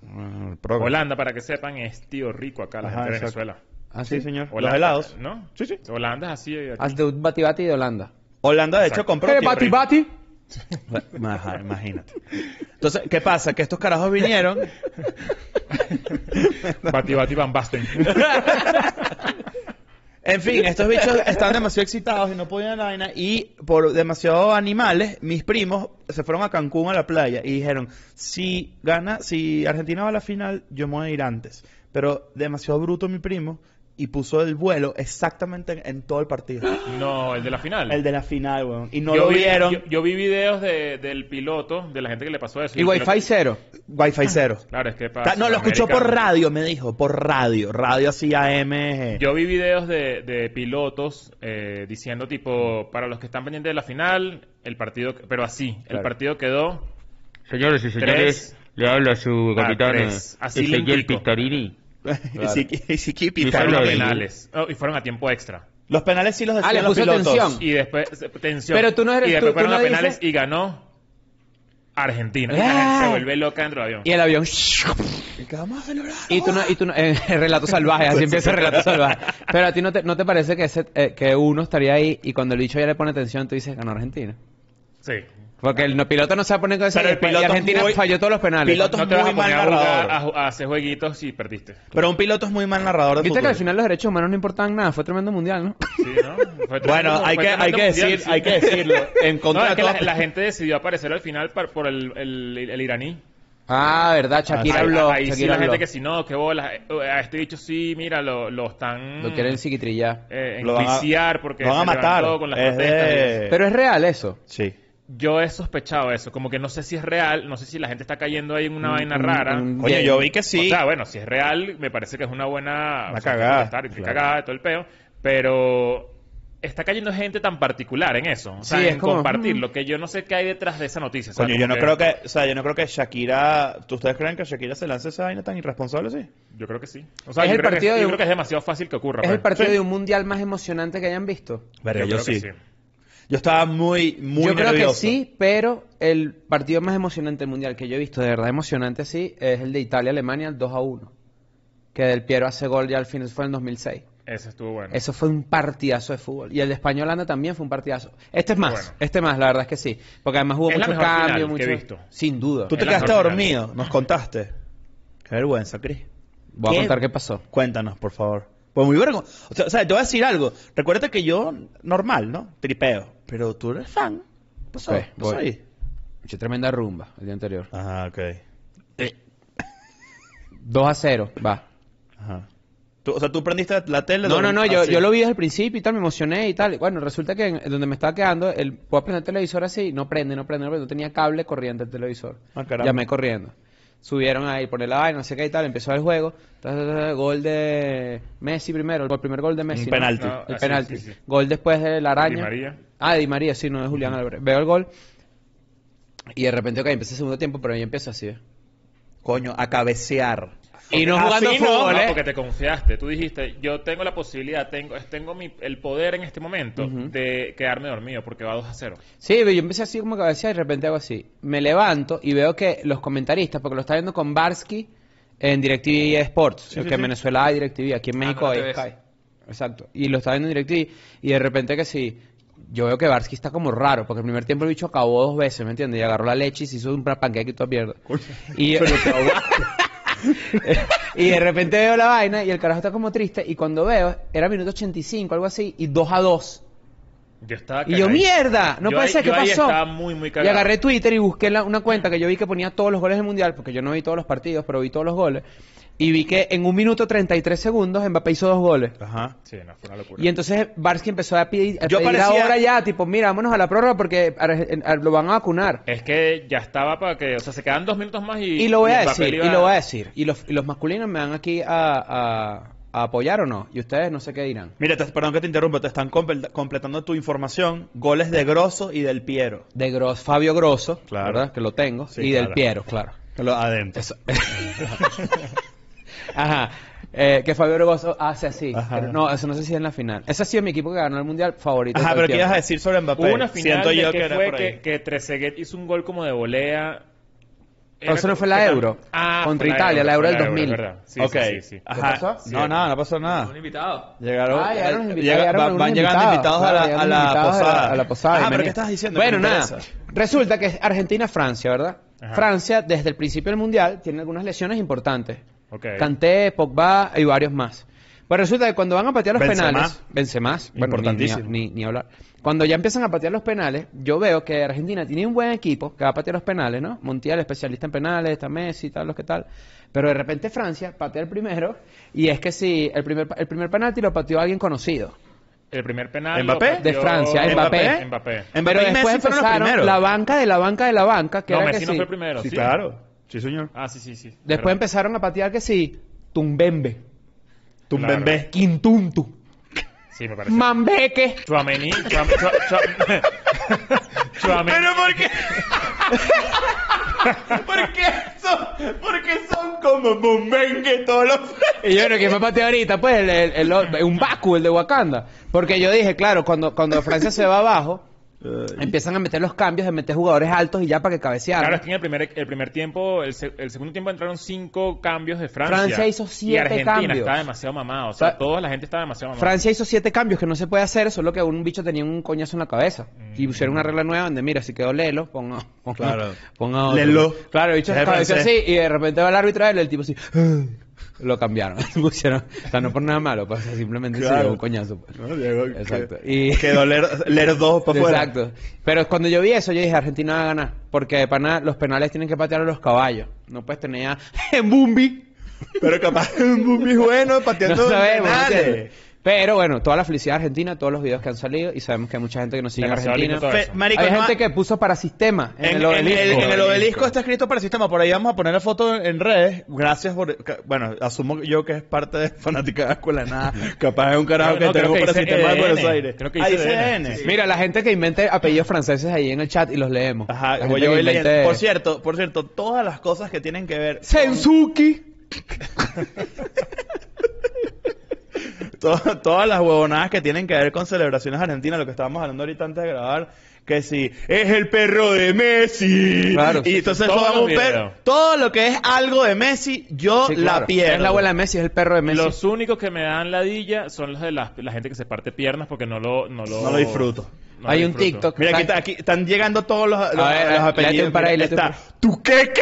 B: Ah, el programa.
D: Holanda, para que sepan, es tío rico acá, la
B: Ajá,
D: gente de
B: exacto.
D: Venezuela.
C: ¿Ah,
B: Sí,
C: sí?
B: señor.
D: Holanda,
B: Los helados.
D: ¿No?
B: Sí, sí.
D: Holanda es así.
B: [LAUGHS]
D: eh, aquí.
C: Haz de un bati-bati de Holanda.
B: Holanda, de hecho,
D: Exacto.
B: compró.
C: ¡Eh,
B: tío rico.
C: bati-bati!
B: Ajá, imagínate. Entonces, ¿qué pasa? Que estos carajos vinieron.
D: Bati Bati Van Basten.
B: En fin, estos bichos están demasiado excitados y no podían la vaina. Y por demasiados animales, mis primos se fueron a Cancún a la playa y dijeron: si gana, si Argentina va a la final, yo me voy a ir antes. Pero demasiado bruto mi primo y puso el vuelo exactamente en, en todo el partido.
D: No, el de la final.
B: El de la final, weón. Y no
D: Yo
B: lo
D: vi-
B: vieron.
D: Yo, yo vi videos de- del piloto, de la gente que le pasó eso.
C: Y
D: el
C: Wi-Fi
D: piloto-
C: cero.
B: Wi-Fi cero.
D: Claro, es que
B: Ta-
D: para
B: no, lo escuchó por
D: Sudamérica-
B: radio, me dijo. Por radio. Radio así E. AM.
D: Yo vi videos de, de pilotos eh, diciendo, tipo, para los que están pendientes de la final, el partido, pero así, el
C: Claro.
D: partido quedó
E: Señores y señores,
D: Tres.
E: le habla su
D: Ah,
E: capitán
D: tres.
E: eh,
D: Así
E: Ezequiel
D: lentico.
E: Pistarini.
B: [LAUGHS] y si, y si Kipi,
E: Y
D: a
B: tal.
E: solo
D: los
E: Claro.
D: penales. Oh, y fueron a tiempo extra.
B: Los penales sí los
C: Ah,
B: decían
C: le
B: los
C: puso
B: pilotos.
C: atención.
D: Y después, eh, tensión.
C: Pero tú no eres-
D: Y
C: tú-
D: después
C: tú
D: fueron
C: no
D: a penales
C: dices-
D: y ganó Argentina. Y
C: Ah.
D: la gente se vuelve loca dentro del avión.
C: Y el avión...
B: Y que vamos a celebrar.
C: Y tú no, y tú no, eh, [LAUGHS] relato salvaje, así empieza el relato salvaje. Pero a ti no te, no te parece que ese, eh, que uno estaría ahí y cuando el bicho ya le pone atención, tú dices, ganó Argentina.
D: Sí.
C: Porque el no- piloto no se va a poner con ese
B: Pero el
C: y
B: piloto es
C: Argentina
B: muy-
C: falló todos los penales.
B: Piloto- Pilotos
D: no te vas
B: muy
D: a poner
B: mal
D: a jugar,
B: narradores.
D: a, a hacer jueguitos si perdiste.
B: Pero un piloto es muy mal narrador de
C: Viste que
B: fútbol.
C: al final los derechos humanos no importaban nada, fue tremendo mundial, ¿no?
D: Sí,
C: [LAUGHS]
D: ¿no? Fue
B: Bueno,
D: tremendo-
B: hay
D: fue
B: que,
D: tremendo
B: hay que
D: mundial,
B: decir,
D: sí.
B: hay que decirlo. En
D: [LAUGHS] No,
B: contra
D: es
B: de
D: que la,
B: todas-
D: la gente decidió aparecer al final par- por el, el- el iraní.
C: Ah, verdad, Shakira
D: Ahí-
C: habló.
D: ahí sí
C: Shakira
D: la
C: habló.
D: gente que si no, que bolas. eh, A este dicho sí, mira, lo, lo están...
C: Lo quieren psiquitrillar.
D: eh,
B: Lo van a-
D: enjuiciar porque
B: lo van a
D: se
B: matar.
D: levantó con las
B: Es de-
D: protestas y eso.
C: Pero es real eso.
B: Sí.
D: Yo he sospechado eso, como que no sé si es real, no sé si la gente está cayendo ahí en una vaina rara.
C: un-
B: Oye,
C: Bien.
B: yo vi que sí.
D: O sea, bueno, si es real, me parece que es una buena...
B: Una
D: o sea,
B: cagada,
D: que estar- que
B: claro.
D: cagada, todo el peo, pero está cayendo gente tan particular en eso, o sea,
C: Sí, es
D: en
C: como,
D: compartir
C: mm.
D: lo que yo no sé qué hay detrás de esa noticia. o sea,
B: Coño,
D: como
B: yo no creo que, o sea, yo no creo que Shakira, ¿tú- ¿ustedes creen que Shakira se lance esa vaina tan irresponsable, sí?
D: Yo creo que sí. O sea,
C: Es
D: yo,
C: el
D: creo
C: partido
D: que,
C: de
D: yo
C: un-
D: creo que es demasiado fácil que ocurra.
C: Es
D: pues.
C: el partido de un mundial más emocionante que hayan visto.
B: Verga, yo,
D: creo que
B: sí. Yo estaba muy, muy
C: yo creo que
B: nervioso.
C: sí, pero el partido más emocionante del mundial que yo he visto, de verdad emocionante, sí, es el de Italia-Alemania, el 2 a 1. Que Del Piero hace gol ya al final, fue en el 2006.
D: Ese estuvo bueno.
C: Eso fue un partidazo de fútbol. Y el de España-Holanda también fue un partidazo. Este es más,
D: Bueno.
C: este más, la verdad es que sí. Porque además hubo
D: Es la
C: mucho
D: mejor final
C: cambio,
D: que
C: mucho.
D: he visto.
C: Sin duda.
B: Tú te
D: El
B: quedaste
D: Arsenal.
B: dormido, nos contaste. Qué vergüenza, Cris.
C: Voy
B: ¿Qué?
C: a contar qué pasó.
B: Cuéntanos, por favor. Pues muy vergüenza. O sea, o sea, te voy a decir algo. Recuerda que yo, normal, ¿no? Tripeo. Pero tú eres fan. ¿Qué pasó?
C: Ok,
B: ¿Qué pasó
C: voy.
B: ahí?
C: Mucha tremenda rumba el día anterior.
B: Ah, ok.
C: 2 a 0, va.
B: Ajá. Tú- o sea, tú prendiste la tele. Ah,
C: No, no, no,
B: dormí-
C: yo,
B: así.
D: Ah,
C: yo lo vi desde el principio y tal, me emocioné y tal. Y Bueno, resulta que en- donde me estaba quedando, el, puedo prender el televisor así, no prende, no prende, no prende, no tenía cable corriente el televisor.
B: Ah, caramba.
C: Llamé corriendo. Subieron ahí, por el vaina, no sé qué y tal, empezó el juego. Ta, ta, ta, gol de Messi primero, el primer gol de Messi. ¿no?
B: penalti.
D: No,
C: El
D: ah, sí,
C: penalti.
D: sí, sí.
C: Gol después de la araña.
D: Di María.
C: Ah, de Di María, sí, no de Julián Álvarez. Veo el gol y de repente, ok, empecé el segundo tiempo, pero yo empiezo así. ¿eh?
B: Coño, a cabecear.
C: Y no jugando
D: Así no,
C: fútbol,
D: no,
C: ¿eh?
D: porque te confiaste. Tú dijiste, yo tengo la posibilidad, tengo, tengo mi, el poder en este momento
C: Ujú.
D: de quedarme dormido porque va 2 a 0.
C: Sí, pero yo empecé así como que decía y de repente hago así. Me levanto y veo que los comentaristas, porque lo está viendo con Barsky en DirecTV Sports, que en Venezuela hay DirecTV, aquí en México
A: no,
C: hay
A: TVS.
C: Sky. Exacto. Y lo está viendo en DirecTV y de repente que sí. Yo veo que Barsky está como raro, porque el primer tiempo el bicho acabó dos veces, ¿me entiendes? Y agarró la leche y se hizo un panqueque y toda mierda. Y, [LAUGHS] y de repente veo la vaina y el carajo está como triste. Y cuando veo, era minuto 85, algo así, y 2 a 2.
D: Yo estaba
C: Y yo,
D: cagadísimo.
C: mierda, no
D: Yo
C: puede
D: ahí-
C: ser, ¿qué
D: yo ahí
C: pasó?
D: estaba muy, muy
C: y
D: cagado.
C: agarré Twitter y busqué la- una cuenta que yo vi que ponía todos los goles del mundial, porque yo no vi todos los partidos, pero vi todos los goles. Y vi que en un minuto 33 segundos Mbappé hizo dos goles.
B: Ajá.
D: Sí, no, fue una locura.
C: Y entonces Barsky empezó a pedir, a
B: Yo
C: pedir
B: parecía-
C: ahora ya, tipo, mira, vámonos a la prórroga porque Arge- a- lo van a vacunar.
D: Es que ya estaba para que, o sea, se quedan dos minutos más y...
C: Y lo voy a
D: Mbappé
C: decir,
D: le iba-
C: y lo voy a decir. Y los, y los masculinos me van aquí a, a- a apoyar o no. Y ustedes no sé qué dirán.
B: Mira, te- perdón que te interrumpa, te están comple- completando tu información. Goles de Grosso y del Piero.
C: De Gros, Fabio Grosso,
B: Claro.
C: ¿verdad? Que lo tengo.
B: Sí,
C: y
B: claro.
C: del Piero, claro.
B: Que Lo adentro.
C: Ajá. Eh, que Fabio Grosso hace así.
B: Ajá.
C: Pero no, eso no sé si es en la final. Ese ha sido mi equipo que ganó el mundial favorito.
B: Ajá,
C: de todo
B: pero
C: el
B: ¿qué ibas a
C: tiempo.
B: decir sobre Mbappé?
D: Hubo una final
B: Siento
D: de
B: yo
D: que,
B: que, era
D: fue
B: por ahí.
D: que, que Trezeguet hizo un gol como de volea.
C: Pero eso
D: Era
C: no fue
D: como-
C: la
D: que-
C: Euro.
D: Ah,
C: Contra
D: fue
C: Italia, la Euro
D: fue
C: del 2000.
D: ¿verdad? Sí,
B: ok.
D: sí, sí, sí.
B: Ajá.
C: ¿Qué pasó?
B: No, nada, no pasó
A: Ah. Un
B: nada.
A: invitado.
B: Llegaron,
C: Ah, llegaron los
B: eh,
C: invitados,
B: llega-
C: llegaron
B: va-
C: unos
B: van llegando invitados
C: invitados,
B: a
C: claro,
B: la, a
C: llegaron
B: la
C: invitados a la-
B: posada.
C: a la posada,
B: Ah, pero
C: imagínate.
B: ¿qué estás diciendo?
C: Bueno,
B: Que me
C: nada.
B: interesa.
C: Resulta que Argentina-Francia, ¿verdad?
D: Ajá.
C: Francia, desde el principio del mundial, tiene algunas lesiones importantes.
D: Ok.
C: Canté, Pogba y varios más. Pues resulta que cuando van a patear los
B: Benzema.
C: penales, vence más,
B: Importantísimo.
C: ni, ni hablar. Cuando ya empiezan a patear los penales, yo veo que Argentina tiene un buen equipo que va a patear los penales, ¿no? Montiel, especialista en penales, está Messi, tal, los que tal. Pero de repente Francia patea el primero y es que si el primer, el primer penalti lo pateó alguien conocido.
D: El primer penal.
B: ¿Mbappé?
D: lo pateó-
C: De Francia,
D: Mbappé.
C: Mbappé.
B: Mbappé
C: Pero
B: y
C: después
B: Messi fueron los
C: empezaron
B: primeros.
C: la banca de la banca de la banca, que
D: No,
C: era
D: Messi
C: que
D: no
C: sí.
D: fue el primero.
B: Sí, claro. Sí, señor.
D: Ah, sí, sí, sí.
C: Después
D: Perdón.
C: empezaron a patear que sí, Tumbembe,
B: Tumbembe.
C: Quintuntu,
D: Sí, me parece.
C: Mambeque.
D: Chuamení. Chuam, chua,
C: [LAUGHS]
D: chua- Chuamení.
B: Pero ¿por qué? ¿Por qué son, por qué son como bombengue todos los... [LAUGHS]
C: Y yo, bueno, ¿quién me pateó ahorita? Pues el, el- el otro- un Baku, el de Wakanda. Porque yo dije, claro, cuando, cuando Francia se va abajo, empiezan a meter los cambios de meter jugadores altos y ya para que cabecearan.
D: Claro, es que en el primer, el primer tiempo, el, se- el segundo tiempo entraron cinco cambios de Francia.
C: Francia hizo
D: Y
C: siete
D: Argentina
C: cambios.
D: estaba demasiado mamado. O sea,
C: Fra-
D: toda la gente estaba demasiado mamada.
C: Francia hizo siete cambios que no se puede hacer, solo que un bicho tenía un coñazo en la cabeza.
D: Mm.
C: Y pusieron una regla nueva donde, mira, si quedó Lelo, ponga, ponga,
B: Claro.
C: ponga otro.
B: Lelo.
C: Claro, el bicho
B: Es
C: se cabeceó
B: francés.
C: así y de repente va el árbitro y el tipo así... "Ah". Lo cambiaron, [LAUGHS] pusieron, o sea, no por nada malo, pues, simplemente se
B: Claro.
C: dio un coñazo. pues. Exacto.
B: Exacto.
C: Y-
B: Quedó Ler, Ler dos para afuera.
C: Exacto. Pero cuando yo vi eso, yo dije, Argentina va a ganar. Porque de pana, los penales tienen que patear a los caballos. No puedes tener a [LAUGHS] Bumbi.
B: Pero capaz un bumbi bueno
C: No
B: pateando
C: sabemos. ¿entiendes?
B: penales.
C: Pero bueno, toda la felicidad de Argentina, todos los videos que han salido. Y sabemos que hay mucha gente que nos sigue en
D: Demasiado
C: Argentina.
D: lindo todo eso.
B: Fe- marico,
C: hay
B: no
C: gente
B: ha-
C: que puso para sistema en, el obelisco.
B: En, el
D: Obelisco.
B: obelisco está escrito para el sistema. Por ahí vamos a poner la foto en redes. Gracias por. ca- Bueno, asumo yo que es parte de Fanática de Escuela de
C: [LAUGHS]
B: Nada. Capaz es un carajo
D: No,
B: que
D: no, creo
B: tenemos
D: que
B: para el
D: dice
B: sistema de
D: EDN.
B: Buenos Aires.
D: Creo que
B: Ah,
D: dice
B: dice EDN.
D: EDN, sí, sí.
C: Mira, la gente que invente apellidos franceses ahí en el chat y los leemos.
B: Ajá,
C: La
B: voy
C: gente
B: yo
C: que
B: voy leyendo.
C: invente-
B: Por cierto, por cierto, todas las cosas que tienen que ver.
C: Sensuki.
B: con- [LAUGHS] to- todas las huevonadas que tienen que ver con celebraciones argentinas, lo que estábamos hablando ahorita antes de grabar, que si es el perro de Messi.
C: Claro, sí,
B: y entonces
D: sí. Todos
B: todo,
D: los videos.
B: todo lo que es algo de Messi, yo
C: Sí, claro.
B: la pierdo.
C: Es la abuela de Messi, es el perro de Messi.
D: Los únicos que me dan ladilla son los de la, la gente que se parte piernas porque no lo... No lo,
B: No lo disfruto.
D: no
C: Hay
D: lo
C: un
D: disfruto.
C: TikTok.
B: Mira, aquí, está- aquí están llegando todos los, los,
C: ver,
B: los
C: léete
B: apellidos.
C: un para ahí, léete un
B: está
C: [LAUGHS]
B: Tuqueque.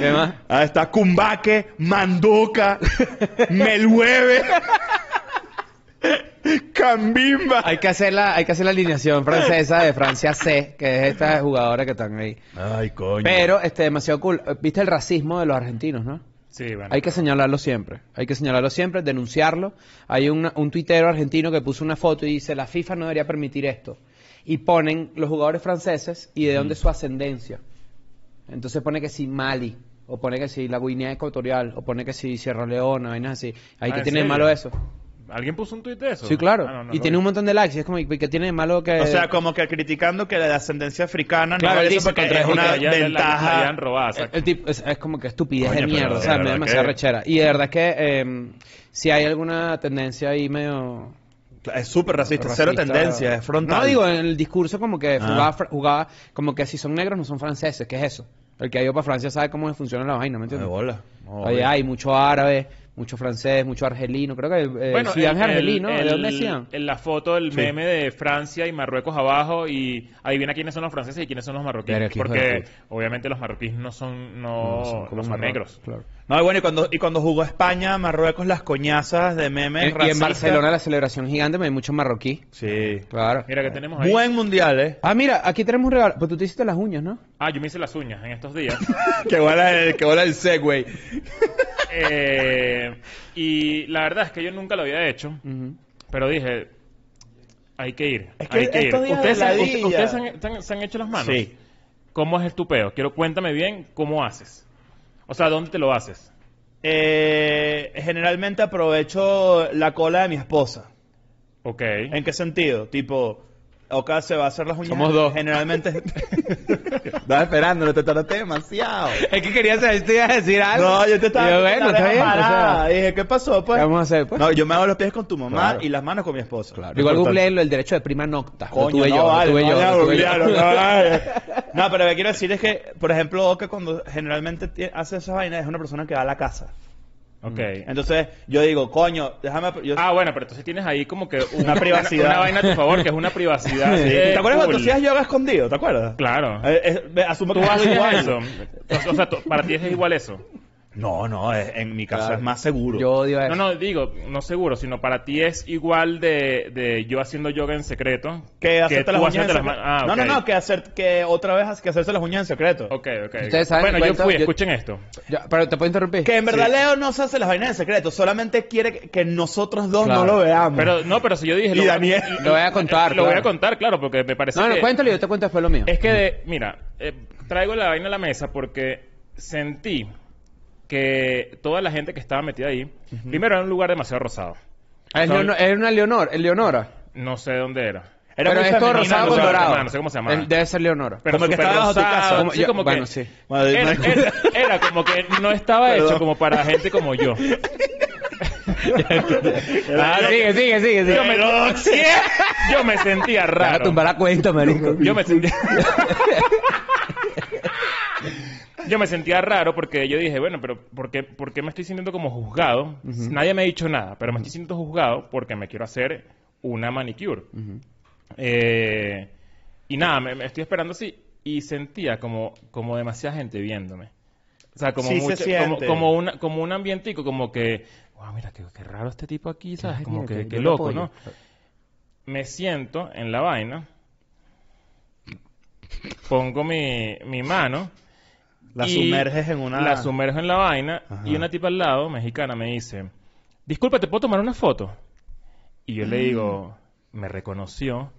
C: ¿Qué más?
B: Ah, está Cumbaque,
C: [LAUGHS]
B: Mandoca, Melhueve, Cambimba.
C: Hay que hacer la, hay que hacer la alineación francesa de Francia C, que es esta jugadora que están ahí.
B: Ay, coño.
C: Pero, este, demasiado cool. Viste el racismo de los argentinos, ¿no?
D: Sí, bueno.
C: Hay que señalarlo siempre. Hay que señalarlo siempre, denunciarlo. Hay un, un tuitero argentino que puso una foto y dice, la FIFA no debería permitir esto. Y ponen los jugadores franceses y de dónde es su ascendencia. Entonces pone que si Mali, o pone que si la Guinea Ecuatorial, o pone que si Sierra Leona, vainas así. Hay
D: Ah,
C: que
D: ¿en
C: tiene de
D: serio?
C: malo eso.
D: ¿Alguien puso un tuit de eso?
C: Sí, claro.
D: Ah, no, no
C: y
D: lo
C: tiene
D: vi.
C: un montón de likes. y es como, ¿y qué tiene de malo que...?
B: O sea, como que criticando que la de ascendencia africana
C: eh, Claro,
B: no
C: él
B: vale
C: dice
B: eso porque
C: contra-
B: es una
D: Ya, ya, ya, la- la
B: ventaja.
D: habían robado,
C: El,
D: exacto.
C: el tipo es, es como que estupidez
D: Coño,
C: de
D: pero
C: mierda,
D: de
C: o sea, me da
D: verdad
C: demasiada
D: que-
C: rechera. Y de verdad es que eh, si hay alguna tendencia ahí medio...
B: Es súper racista, cero
C: racista.
B: tendencia, es frontal.
C: No, digo, en el discurso como que
B: Ah.
C: jugaba, fr- jugaba como que si son negros no son franceses, ¿qué es eso? El que ha ido para Francia sabe cómo funciona la vaina, ¿me
B: Me
C: entiendes?
B: bola. No,
C: Oye,
B: obvio.
C: hay mucho árabe, mucho francés, mucho argelino, creo que eh, Zidane es argelino, ¿de dónde es Zidane?
D: en la foto del
B: Sí.
D: meme de Francia y Marruecos abajo y adivina quiénes son los franceses y quiénes son los
C: Verga,
D: marroquíes.
C: qué hijo de
D: Porque
C: puta.
D: obviamente los marroquíes no son, no,
C: No, son
D: no
C: como
D: son
C: marrón,
D: negros.
C: claro.
B: No, y bueno, y cuando, y cuando jugó España, Marruecos, las coñazas de memes
C: En- y en
B: racistas.
C: Barcelona la celebración gigante me hay mucho marroquí,
B: Sí.
C: claro.
D: Mira que tenemos ahí.
B: Buen mundial,
C: [LAUGHS]
B: ¿eh?
C: Ah, mira, aquí tenemos un regalo. Pues tú te hiciste las uñas, ¿no?
D: Ah, yo me hice las uñas en estos días. [LAUGHS]
B: que bola el, que bola el Segway.
D: Eh, y la verdad es que yo nunca lo había hecho,
C: Ujú.
D: pero dije, hay que ir.
B: Es que
D: hay que ir.
B: estos días de
D: ¿Ustedes, se-
B: ladilla.
D: ustedes- ustedes se, han, se han- se han hecho las manos?
B: Sí.
D: ¿Cómo es el tupeo? Quiero, cuéntame bien cómo haces. O sea, ¿dónde te lo haces?
B: Eh, generalmente aprovecho la cola de mi esposa.
D: Ok.
B: ¿En qué sentido? Tipo, Oka se va a hacer las uñas.
C: Somos dos.
B: Generalmente. [LAUGHS] Estaba esperando, te tardaste demasiado.
C: Es que quería saber si
D: este
C: te ibas a decir algo.
B: No, yo te estaba.
C: Y yo,
B: te
C: bueno,
B: estaba
D: pues,
C: está bien. o sea,
B: parada. Dije, ¿qué pasó, pues?
C: ¿Qué vamos a hacer, pues?
B: No, yo me hago los pies con tu mamá
C: Claro.
B: y las manos con mi esposa. Claro.
C: Igual googleé el derecho de prima nocta.
B: Coño,
C: lo tuve
B: no
C: yo,
B: vale,
C: lo tuve
B: no
C: yo.
B: vale
C: lo tuve yo.
B: googlearlo, no
D: [LAUGHS]
B: vale. No, pero lo que quiero decir es que, por ejemplo, Oka cuando generalmente tie- hace esas vainas es una persona que va a la casa.
D: Ok.
B: Entonces, yo digo, coño, déjame... apro- yo-
D: Ah, bueno, pero entonces tienes ahí como que un-
B: Una privacidad.
D: Una, vaina a tu favor, que es una privacidad.
B: Sí.
D: eh,
B: ¿Te acuerdas cuando
D: cool.
B: hacías yoga escondido? ¿Te acuerdas?
D: Claro.
B: Eh, eh, ve, asumo
D: Tú
B: que
D: haces
B: igual.
D: eso. O- O sea, tú- para ti es igual eso.
B: No, no, eh, en mi caso
C: Claro.
B: es más seguro.
C: Yo odio eso.
D: No, no, digo, no seguro, sino para ti es igual de, de yo haciendo yoga en secreto.
B: que hacerte las
D: tú
B: uñas en
D: haciéndote las
B: secreto.
D: ma- Ah,
B: No,
D: ok.
B: no, no, que hacer que otra vez has- que hacerse las uñas en secreto.
D: Ok, ok.
C: Ustedes saben,
D: bueno, yo
C: cuento-
D: fui,
C: yo-
D: escuchen esto.
C: Yo- pero te puedo interrumpir.
B: Que en verdad Leo no se hace las vainas en secreto, solamente quiere que, que nosotros dos
C: Claro.
B: no lo veamos.
D: Pero, no, pero si yo dije...
B: Y
D: lo voy a-
B: Daniel.
C: Lo voy a contar,
D: Lo voy a
C: claro.
D: contar, claro, porque me parece
C: No, no,
D: que...
C: cuéntale y yo te cuento después lo mío.
D: Es que, de- mira, eh, traigo la vaina a la mesa porque sentí que toda la gente que estaba metida ahí, primero era un lugar demasiado rosado.
C: Ah, es,
D: son-
C: Leono- es una Leonor, es Leonora.
D: No sé dónde era.
B: Era
C: pero
B: muy
C: es todo
B: femenino,
C: rosado
D: no
C: con
D: sé cómo se
C: dorado.
D: llama, no sé cómo se llama.
C: Él- Debe ser Leonora.
D: Pero
B: Como el que
D: súper
B: estaba bajo tu
D: rosado,
B: casa.
D: sí,
C: Yo-
D: como que-
C: bueno, sí.
B: Madre,
C: [LAUGHS]
D: era,
B: madre.
D: [LAUGHS] era- era como que no estaba
B: Perdón.
D: hecho como para gente como
C: [LAUGHS]
D: yo.
C: Ah, sigue, sigue, sigue. sigue.
D: Yo me, yo me sentía
C: Te van a
D: raro.
C: tumbar la cuenta, marico.
D: Yo me sentía. [LAUGHS] Yo me sentía raro porque yo dije, bueno, pero ¿por qué, por qué me estoy sintiendo como juzgado? Nadie me ha dicho nada, pero me estoy sintiendo juzgado porque me quiero hacer una manicure. Eh, y nada, me, me estoy esperando así y sentía como, como demasiada gente viéndome. O sea, como,
B: Sí se
D: mucha- como,
B: siente.
D: como, una, como un ambientico, como que, wow, mira, qué, qué raro este tipo aquí, ¿sabes? Como
C: genial,
D: que,
C: que
D: qué
C: yo te
D: loco,
C: apoyo.
D: ¿no? Me siento en la vaina, pongo mi, mi mano.
B: La
D: y
B: sumerges en una...
D: La sumerjo en la vaina
B: Ajá.
D: y una tipa al lado, mexicana, me dice, disculpa, ¿te puedo tomar una foto? Y yo
B: Mm.
D: le digo, me reconoció.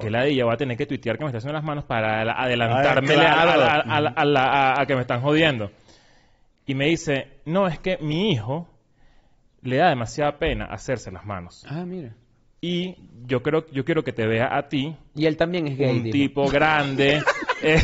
D: Que la ella va a tener que tuitear que me está haciendo las manos para la- adelantarme
B: Ah, claro.
D: a, la- a la- a la- a- a que me están jodiendo. Y me dice, no, es que mi hijo le da demasiada pena hacerse las manos.
C: Ah, mira.
D: Y yo creo, yo quiero que te vea a ti
C: Y él también es gay.
D: un
C: dijo.
D: tipo [LAUGHS] grande, eh,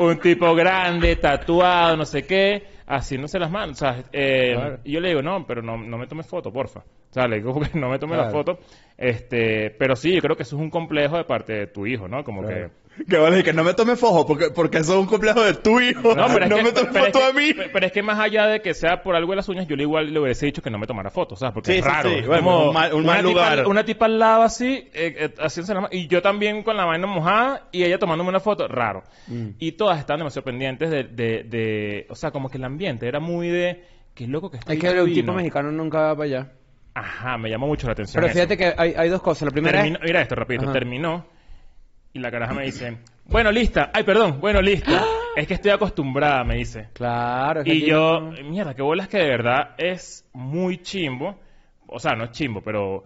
D: un tipo grande, tatuado, no sé qué, haciéndose las manos. O sea, eh,
C: Claro.
D: y yo le digo, no, pero no, no me tomes foto, porfa. O sea, le digo [LAUGHS] porque no me tomes la
C: Claro.
D: foto. Este, pero sí, yo creo que eso es un complejo de parte de tu hijo, ¿no? Como
C: Claro.
D: que...
B: Que vale, que no me tome fojo, porque, porque eso es un complejo de tu hijo. [LAUGHS] No,
D: pero es que-
B: me tomes
D: pero es
B: foto
D: que-
B: a mí.
D: pe- Pero es que más allá de que sea por algo de las uñas, yo le igual le hubiese dicho que no me tomara fotos, ¿sabes? Porque
B: Sí,
D: es
B: sí,
D: raro.
B: sí.
D: es
B: Bueno,
D: como
B: un mal- un
D: una
B: mal
D: tipa-
B: lugar.
D: una tipa al lado así, eh, eh, haciéndose la ma- y yo también con la vaina mojada y ella tomándome una foto, raro.
C: Mm.
D: Y todas estaban demasiado pendientes de, de, de- o sea, como que el ambiente era muy de, qué loco que está
C: Es que
D: el
C: un
D: vino".
C: tipo mexicano nunca va para allá.
D: Ajá, me llamó mucho la atención.
C: Pero
D: eso.
C: fíjate que hay, hay dos cosas. La primera
D: Terminó- mira esto, rapidito.
C: Ajá.
D: Terminó. Y la caraja me dice, bueno, lista. Ay, perdón, bueno,
C: [GASPS]
D: lista. Es que estoy acostumbrada, me dice.
C: es... Claro. es que
D: Y
C: aquí
D: yo,
C: no-
D: mierda, qué bolas que de verdad es muy chimbo. O sea, no es chimbo, pero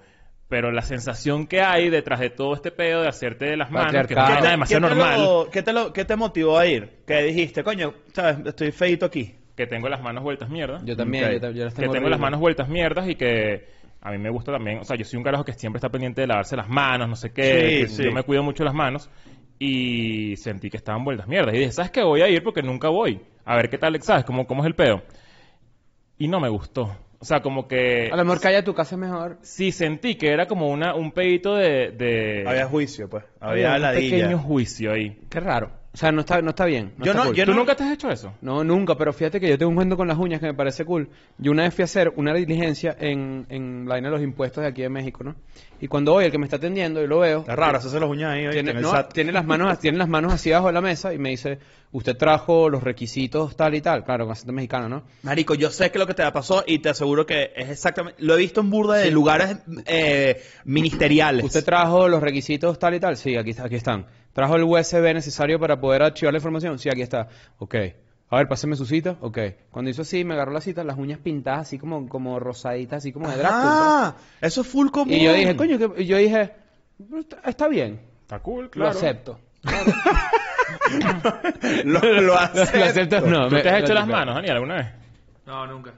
D: pero la sensación que hay detrás de todo este pedo de hacerte de las manos, que es una
C: Patriarcado.
D: vaina demasiado
B: ¿Qué te
D: normal,
B: lo- ¿qué, te lo- ¿Qué te motivó a ir? Que dijiste, coño, sabes, estoy feito aquí.
D: que tengo las manos vueltas mierda.
C: Yo también,
B: Ok.
C: yo, ta- yo las
D: que tengo
C: horribles.
D: las manos vueltas mierdas y que a mí me gusta también, o sea, yo soy un carajo que siempre está pendiente de lavarse las manos, no sé qué,
B: Sí,
D: yo
B: sí.
D: me cuido mucho las manos y sentí que estaban vueltas mierdas y dije, ¿sabes qué? Voy a ir porque nunca voy, a ver qué tal, ¿sabes? ¿Cómo, cómo es el pedo? Y no me gustó, o sea, como que
C: A lo mejor calla a tu casa es mejor.
D: sí sentí que era como una, un pedito de... de-
B: Había juicio, pues.
D: había
B: Había
D: un
B: ladilla.
D: pequeño juicio ahí.
C: Qué raro. O sea, no está, no está bien.
B: Yo
C: está
B: no-
C: cool.
B: yo
D: ¿Tú nunca te has hecho eso?
C: No, nunca, pero fíjate que yo tengo un cuento con las uñas que me parece cool. Yo una vez fui a hacer una diligencia en, en la vaina de los impuestos de aquí de México, ¿no? Y cuando voy, el que me está atendiendo, yo lo veo.
B: Es raro, hacerse los uñas ahí. oye,
C: Tiene,
B: en el
C: no,
B: SAT.
C: tiene las manos, tiene las manos así abajo de la mesa y me dice, usted trajo los requisitos tal y tal, claro, con acento mexicano, ¿no?
B: Marico, yo sé que lo que te pasó y te aseguro que es exactamente... Lo he visto en burda de lugares eh, ministeriales.
C: Usted trajo los requisitos tal y tal, sí, aquí, está- aquí están. Trajo el USB necesario para poder archivar la información, sí, aquí está. Ok. A ver, páseme su cita, ok. Cuando hizo así, me agarró la cita, las uñas pintadas así como, como rosaditas, así como de Drácula. pues.
B: Ah, eso es full común.
C: Y yo dije, coño, que, y yo dije, "Pero está- está bien,
D: Está cool,
C: lo acepto.
B: [LAUGHS] Lo, lo
C: [LAUGHS] Lo,
B: acepto.
C: acepto, no.
D: ¿Tú
C: me-
D: te has
C: lo
D: hecho las
C: acepto.
D: manos, Daniel, alguna vez?
A: No, nunca.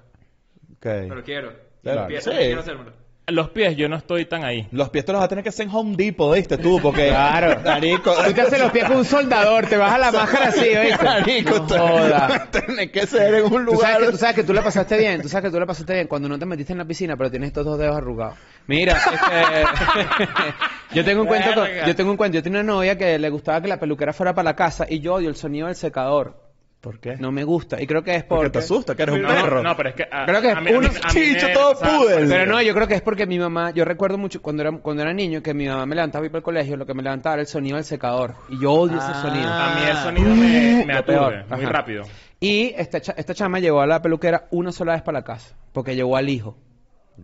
A: Pero
B: Ok.
A: quiero.
B: Claro.
A: Empiezo,
B: Sí.
A: Quiero hacérmelo.
D: Los pies, yo no estoy tan ahí.
B: Los pies te los vas a tener que hacer en Home Depot, ¿viste? Tú, porque... Claro. [LAUGHS] Marico.
C: Tú te haces los pies con un soldador, te bajas la
B: [LAUGHS]
C: máscara así, [LAUGHS] ¿oíste?
B: Marico,
C: No
B: tú-
C: joda.
B: [LAUGHS] Tienes que ser en un
C: Tú
B: lugar.
C: sabes, que, tú sabes que tú la pasaste bien, tú sabes que tú la pasaste bien cuando no te metiste en la piscina, pero tienes estos dos dedos arrugados. [LAUGHS] Mira, este, yo tengo un cuento, con-
D: Verga.
C: yo tengo un cuento, yo tenía una novia que le gustaba que la peluquera fuera para la casa y yo odio el sonido del secador.
B: ¿Por qué?
C: No me gusta y creo que es
B: porque te
C: porque
B: asusta, que eres un
D: no,
B: perro.
D: No, pero es que. a-
C: Creo que
D: a mí- a mí-
B: unos
D: a mí
B: chichos
D: me-
B: todos
D: o sea,
B: pudel.
C: Pero no, yo creo que es porque mi mamá, yo recuerdo mucho cuando era, cuando era niño que mi mamá me levantaba y para el colegio, lo que me levantaba era el sonido del secador. Y yo odio
B: Ah.
C: ese sonido.
D: A mí el sonido me, me
C: Lo
D: aturde
C: peor,
D: muy
C: ajá.
D: rápido.
C: Y esta, cha- esta chama llegó a la peluquera una sola vez para la casa, porque llegó al hijo.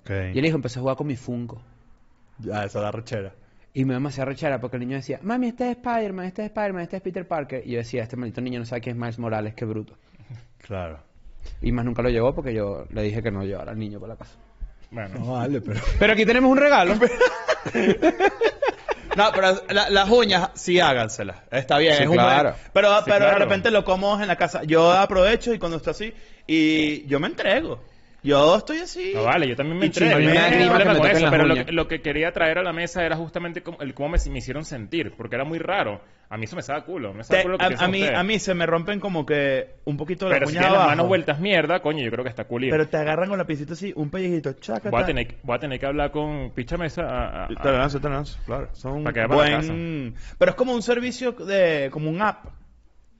C: Y el hijo empezó a jugar con mi funko.
B: Ya, esa da rechera.
C: Y mi mamá se arrechara porque el niño decía, mami, este es Spider-Man, este es Spider-Man, este es Peter Parker. Y yo decía, este maldito niño no sabe quién es Miles Morales, qué bruto.
B: Claro.
C: Y más nunca lo llevó porque yo le dije que no llevara al niño para la casa.
D: Bueno.
B: vale, pero...
C: Pero aquí tenemos
B: [LAUGHS]
C: un regalo.
B: No, pero la- las uñas sí háganselas. Está bien,
C: Sí,
B: es un
C: claro.
B: buen- Pero,
D: Sí,
B: pero de
D: claro.
B: repente lo como en la casa. Yo aprovecho y cuando está así, y yo me entrego. Yo estoy así.
D: No vale, yo también me
B: Y
D: entrego.
B: chimbo, y
D: yo no
B: me
D: tengo
B: grima
D: problema
C: que me
D: con
C: toquen
D: eso,
C: las
D: pero lo,
C: uñas.
D: que- lo que quería traer a la mesa era justamente cómo, el cómo me, me hicieron sentir, porque era muy raro. A mí eso me saca culo. Me saca
B: Te-
D: culo lo que
B: a,
D: piensan
B: a mí,
D: ustedes.
B: a mí se me rompen como que un poquito las
D: Pero si
B: uñas
D: tienes las
B: abajo.
D: manos vueltas mierda, coño, yo creo que está cool. ir.
B: Pero te agarran con la piecita así, un pellejito, chácata.
D: voy, a tener, que- voy a tener que hablar con Picha Mesa. ah, a- a- a-
B: Te lanzo, te lanzo, claro. Son
D: Para que vaya para la
B: buen... Pero es como un servicio de... como un app.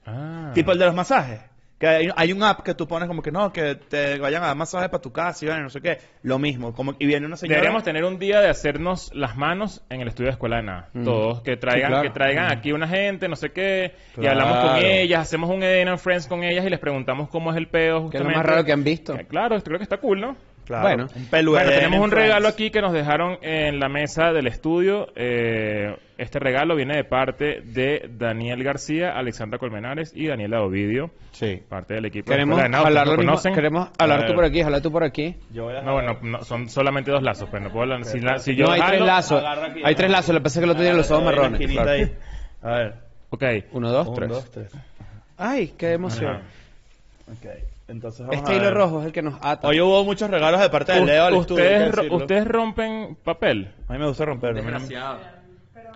D: Ah.
B: Tipo el de los masajes. Que hay, hay un app que tú pones como que no, que te vayan a dar masajes para tu casa y bueno, no sé qué. Lo mismo. Como, y viene una señora.
D: Deberíamos tener un día de hacernos las manos en el estudio de escuela de nada.
C: Mm.
D: Todos, que traigan,
C: Sí, claro.
D: que traigan
C: Mm.
D: aquí una gente, no sé qué, y
B: Claro.
D: hablamos con ellas, hacemos un Eden and Friends con ellas y les preguntamos cómo es el peo
C: que es lo
D: justamente.
C: más raro que han visto.
D: Que- Claro, esto creo que está cool, ¿no?
B: Claro,
C: Bueno.
B: un pelu
D: Bueno,
B: de
D: tenemos
B: Eden
D: un
B: Friends.
D: regalo aquí que nos dejaron en la mesa del estudio. Eh, este regalo viene de parte de Daniel García, Alexandra Colmenares y Daniela Ovidio,
C: Sí.
D: parte del equipo
C: Queremos
D: de Escuela de Nada.
C: hablar,
D: ¿Ustedes
C: lo
D: lo
C: mismo-
D: conocen?
C: queremos hablar
B: A
C: tú
B: ver.
C: por aquí, hablar tú por aquí.
B: Yo voy a
D: No, bueno, no, son solamente dos lazos, pero no puedo hablar. Si, la- si yo
C: no, hay tres
D: jalo-
C: lazos.
B: agarra aquí,
C: hay
B: agarra
C: tres lazos, lo que pasa es que el otro día los ojos
B: Ahí, la
C: marrones.
B: esquinita
C: claro.
B: ahí. A ver.
D: Ok.
C: Uno, dos,
B: Un,
C: tres.
B: dos, tres.
C: Ay, qué emoción.
D: Ajá.
B: Ok. Entonces vamos
C: Este
B: a
C: hilo
B: ver.
C: rojo es el que nos ata.
B: Hoy hubo muchos regalos de parte de Leo al estudio, hay que
D: ¿Ustedes,
B: decirlo.
D: ustedes rompen papel?
B: A mí me gusta romperlo.
D: Ah.
B: mira.
A: Desgraciado.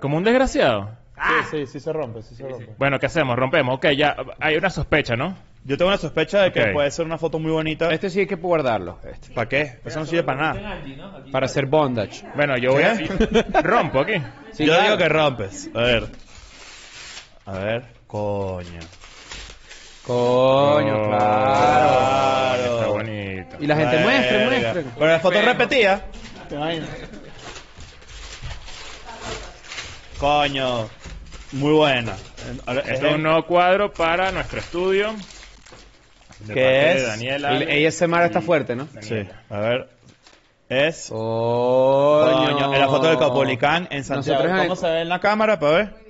D: ¿Como un desgraciado?
B: Sí, sí, sí se rompe, sí se rompe.
D: Bueno, ¿qué hacemos? Rompemos. Ok, ya hay una sospecha, ¿no?
B: Yo tengo una sospecha de que
D: Ok.
B: puede ser una foto muy bonita.
C: Este sí hay que guardarlo. este,
B: ¿Para qué? Eso no sirve para nada.
C: para hacer bondage.
D: Bueno, yo voy a... [LAUGHS] Rompo aquí.
C: Sí,
B: Yo
C: claro.
B: digo que rompes. A ver. A ver. Coño.
C: Coño, claro.
B: Claro.
D: Oh, Está bonito.
C: Y la gente muestre,
B: Verga.
C: muestre.
B: Pero la foto es repetida. Coño. Muy buena. Ahora,
D: Este es un nuevo cuadro para nuestro estudio. De
B: ¿Qué
D: parte de
B: es?
D: Daniel
C: El
D: Ale.
C: ASMR está fuerte, ¿no?
B: Sí. A ver. Es.
C: Coño.
B: Coño, en la foto del Capolicán en Santiago.
C: Nosotros en-
B: ¿Cómo se ve en la cámara para ver?